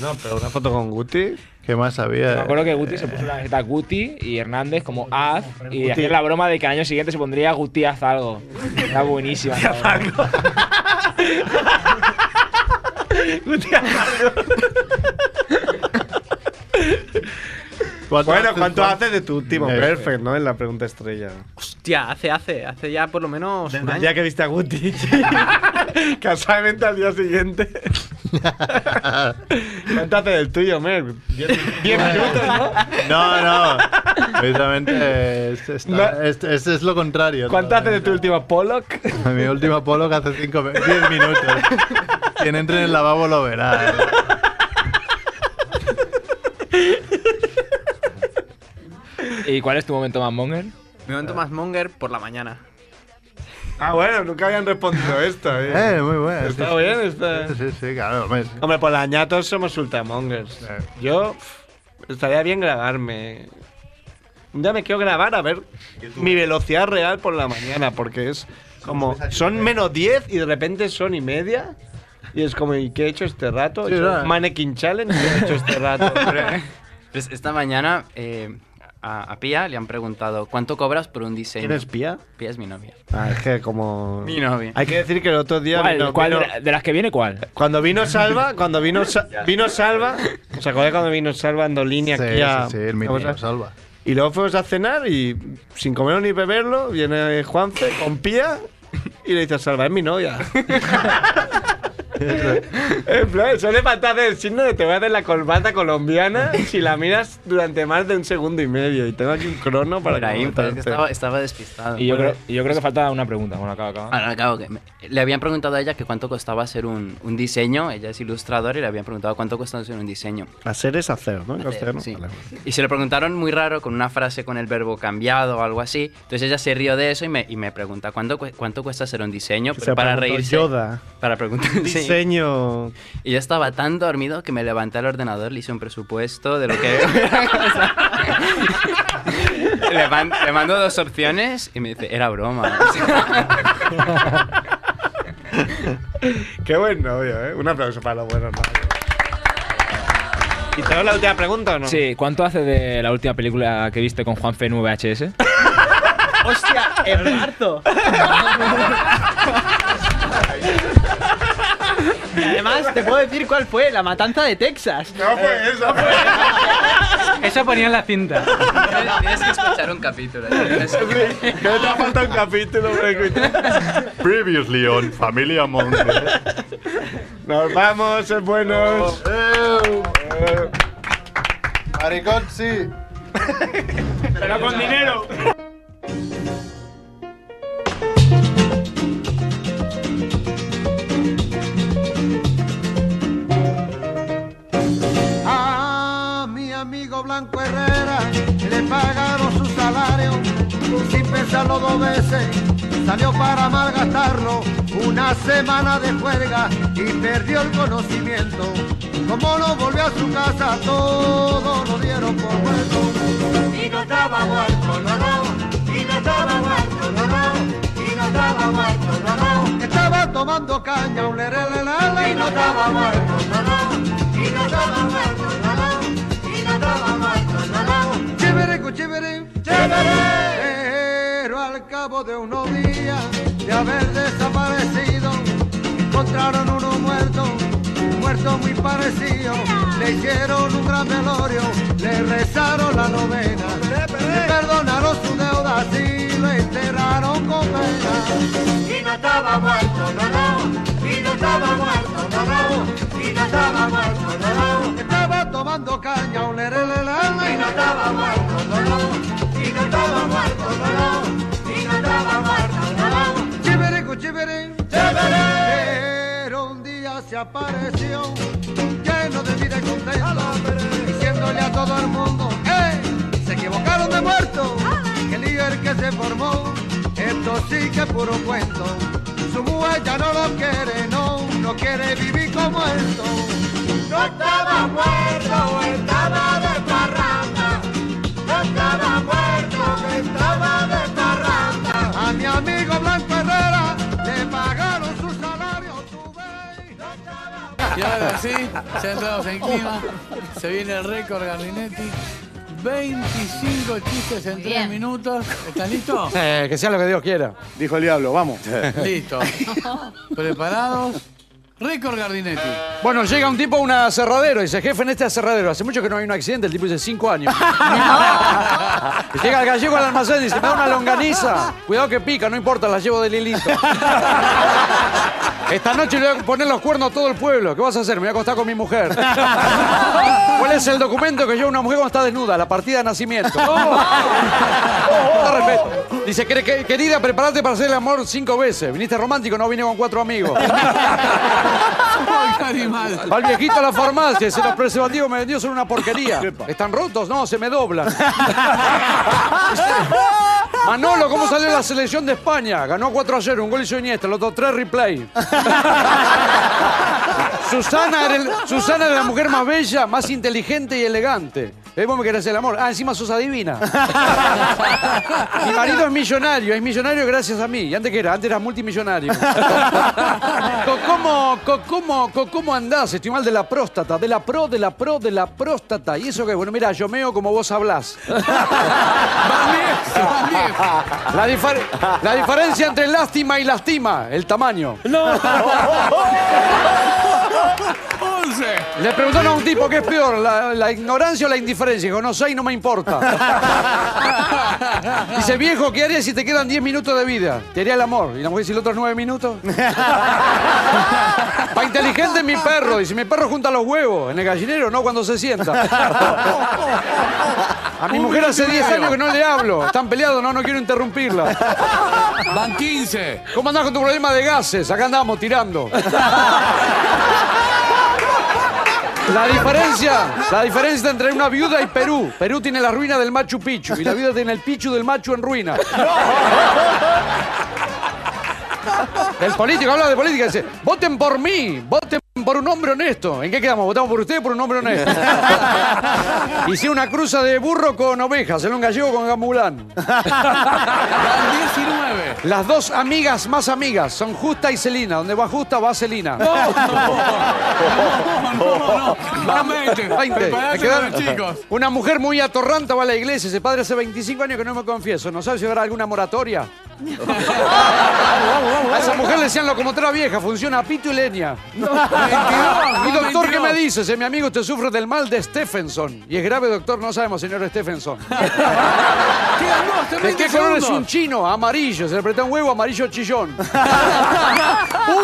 C: Bueno, pero una foto con Guti.
D: ¿Qué más
F: Me
D: había?
F: acuerdo que Guti se puso la camiseta Guti y Hernández como Az y hacía la broma de que al año siguiente se pondría Guti Az algo. Era buenísima. cabrón.
C: Bueno, ¿cuánto haces de tu último
D: Eh,
C: perfect, no? En la pregunta estrella.
G: Hostia, hace, hace, hace ya por lo menos un
C: El
G: año.
C: día que viste a Guti. Casualmente al día siguiente. ¿Cuánto haces del tuyo, Mer? 10 minutos, ¿no?
D: No, no. Precisamente es, está-
C: No.
D: es- es- es lo contrario.
C: ¿Cuánto haces de tu último Pollock?
D: A Mi último polo que hace 10 minutos. Quien entre en el lavabo lo verá.
F: ¿Y cuál es tu momento más monger?
G: Me momento más monger por la mañana.
C: Ah, bueno, nunca habían respondido esto,
D: Eh, muy bueno. sí,
C: Está
D: sí.
C: bien, está.
D: Sí, sí, sí, claro. hombre, sí.
C: Hombre, por la ña todos somos ultramongers.
D: Eh,
C: Yo pf, estaría bien grabarme. Un día me quiero grabar a ver mi velocidad real por la mañana, porque es como. Son menos 10 y de repente son y media. Y es como, ¿y qué he hecho este rato?
D: Sí,
C: Yo,
D: ¿verdad?
C: Mannequin Challenge, ¿qué he hecho este rato?
H: Pues esta mañana eh, a, a Pía le han preguntado ¿cuánto cobras por un diseño?
C: ¿Tienes pía?
H: Pía es mi novia.
C: Ah, es que como.
H: Mi novia.
C: Hay que decir que el otro día.
F: ¿Cuál-
C: vino-
F: cuál de,
C: vino-
F: la- de las que viene, ¿cuál?
C: Cuando vino Salva, cuando vino, Sa- vino Salva, ¿os acordáis cuando vino Salva Andolini
D: Sí,
C: aquí
D: sí,
C: a-
D: sí, el
C: a-
D: mítico salva.
C: Y luego fuimos a cenar y sin comer ni beberlo, viene Juanfe con pía y le dice a Salva, es mi novia. en plan, suele faltar el signo de te voy a hacer la corbata colombiana si la miras durante más de un segundo y medio. Y tengo aquí un crono para
H: Por ahí, pero es
C: comentarte.
H: que estaba, estaba despistado.
F: Y yo, creo, y yo creo que falta una pregunta. Bueno, acaba,
C: Ah.
F: acaba.
H: Ahora acabo que me- le habían preguntado a ella que cuánto costaba hacer un, un diseño. Ella es ilustradora y le habían preguntado cuánto costaba hacer un diseño.
C: Hacer es hacer, ¿no? En
H: Hacer,
C: castellano.
H: sí.
C: Vale.
H: Y se lo preguntaron muy raro con una frase con el verbo cambiado o algo así. Entonces ella se rió de eso y me, y me pregunta ¿cuánto, cu- cuánto cuesta hacer un diseño
C: Se
H: Pero para
C: preguntó
H: reírse.
C: Yoda.
H: Para preguntar. sí.
C: Diseño.
H: Y yo estaba tan dormido que me levanté al ordenador, le hice un presupuesto de lo que... le, man- le mando dos opciones y me dice, era broma.
C: Qué buen novio, ¿eh? Un aplauso para los buenos novios. ¿Y te hago la última pregunta o no?
F: Sí, ¿cuánto hace de la última película que viste con Juan en VHS?
G: ¡Hostia! ¡En marzo!
P: Y además, te puedo decir cuál fue, la matanza de Texas. No fue esa,
M: Eso ponía en la cinta.
H: Tienes que escuchar un capítulo.
D: Que te ha faltado un capítulo para escuchar. Previously on Familia Monte. Nos vamos,
C: eh,
D: es buenos. Maricón, Eh, sí.
G: Pero con dinero.
B: A mi amigo Blanco Herrera le pagaron su salario sin pensarlo dos veces. Salió para malgastarlo una semana de juerga y perdió el conocimiento. Como no volvió a su casa, todo lo dieron por muerto. Y no estaba muerto, no, no. Y no estaba muerto, no, no. Y no estaba muerto, no, no. Estaba tomando caña, un lerelelala. Y no estaba muerto, no, no. Y no estaba muerto, no, no. Y no estaba muerto, no, no. Chévere, cu- chévere, chévere. Pero al cabo de unos días de haber desaparecido, encontraron uno muerto muerto muy parecido. Le hicieron un gran velorio, le rezaron la novena, le perdonaron su deuda, sí, lo enterraron con pena. Y no estaba muerto, no, no, y no estaba muerto, no, no, y no estaba muerto, no, no. Estaba tomando caña, un lerelelele, y no estaba muerto, no, no, y no estaba muerto, no, no, y no estaba muerto, no, no. Chévere, cu, chévere, chévere. Pero un día se apareció lleno de vida y contento, diciéndole a todo el mundo, ¡eh! Se equivocaron de muerto, que lío el que se formó, esto sí que es puro cuento. Su mujer ya no lo quiere, no, no quiere vivir como esto. No estaba muerto, estaba de parranda. No estaba muerto, estaba de parranda. A mi amigo Blanco Herrera le pagaron su salario.
Q: Y ahora sí, sentados en clima, se viene el récord Garlinetti. 25 chistes en 3 minutos. ¿Están listos?
R: Eh, que sea lo que Dios quiera. Dijo el diablo, vamos.
Q: Listo. ¿Preparados? Récord Gardinetti.
R: Bueno, llega un tipo a un aserradero y dice, jefe, en este aserradero hace mucho que no hay un accidente. El tipo dice, cinco años. Y llega el gallego al almacén y dice, me da una longaniza. Cuidado que pica, no importa, la llevo de lilito. Esta noche le voy a poner los cuernos a todo el pueblo. ¿Qué vas a hacer? Me voy a acostar con mi mujer. ¿Cuál es el documento que lleva una mujer cuando está desnuda? La partida de nacimiento. Falta respeto. Dice, "Quer- quer- querida, prepárate para hacer el amor cinco veces. Viniste romántico, no vine con cuatro amigos. Va el viejito a la farmacia, dice, los preservativos me vendió son una porquería. ¿Están rotos? No, se me doblan. Manolo, ¿cómo salió la selección de España? Ganó 4 0, un gol hizo Iniesta, los otros tres replay. Susana era, el- Susana era la mujer más bella, más inteligente y elegante. Eh, vos me querés el amor. Ah, encima sos adivina. Mi marido es millonario, es millonario gracias a mí. ¿Y antes qué era? Antes era multimillonario. Co- ¿Cómo, co- cómo, co- cómo andás? Estoy mal de la próstata, de la pro, de la pro, de la próstata. ¿Y eso qué? Bueno, mira, yo meo como vos hablás. La, difar- la diferencia entre lástima y lastima, el tamaño. No. Le preguntaron a un tipo qué es peor, la, la ignorancia o la indiferencia. Dijo, no sé y no me importa. Dice, viejo, ¿qué harías si te quedan 10 minutos de vida? Te haría el amor. Y la mujer dice, ¿los otros 9 minutos? Va inteligente mi perro. Dice, mi perro junta los huevos en el gallinero, no cuando se sienta. A mi
Q: Un
R: mujer hace
Q: minuto y
R: 10
Q: medio.
R: años que no le hablo. Están peleados, no, no quiero interrumpirla. Van 15. ¿Cómo andás con tu problema de gases? Acá andamos tirando. La diferencia, la diferencia entre una viuda y Perú. Perú tiene la ruina del Machu Picchu y la viuda tiene el Pichu del Machu en ruina. El político habla de política y dice, voten por mí, voten por un hombre honesto. ¿En qué quedamos? ¿Votamos por ustedes o por un hombre honesto? Hice una cruza de burro con ovejas, en un gallego con gamulán.
Q: 19.
R: Las dos amigas más amigas son Justa y Celina. Donde va Justa, va Celina.
Q: no, no, veinte. Preparate
R: Me quedaron-
Q: con los chicos.
R: Una mujer muy atorranta va a la iglesia. Ese padre hace 25 años que no me confieso. ¿No sabe si habrá alguna moratoria? A esa mujer le decían locomotora vieja, funciona a pito y leña.
Q: Mentirón,
R: Y
Q: no,
R: doctor, ¿qué
Q: mentirón.
R: me dices? Eh, mi amigo, te sufre del mal de Stephenson. Y es grave, doctor, no sabemos, señor Stephenson.
Q: Quedan dos,
R: ¿De
Q: 30
R: qué color es un
Q: segundos.
R: chino? Amarillo. Se le presta un huevo amarillo chillón.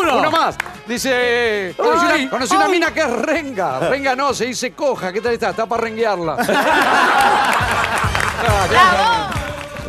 Q: Uno.
R: Uno más. Dice, conocí una, conocí una mina que es renga. Renga no, se dice coja. ¿Qué tal está? Está para renguearla. Ah, qué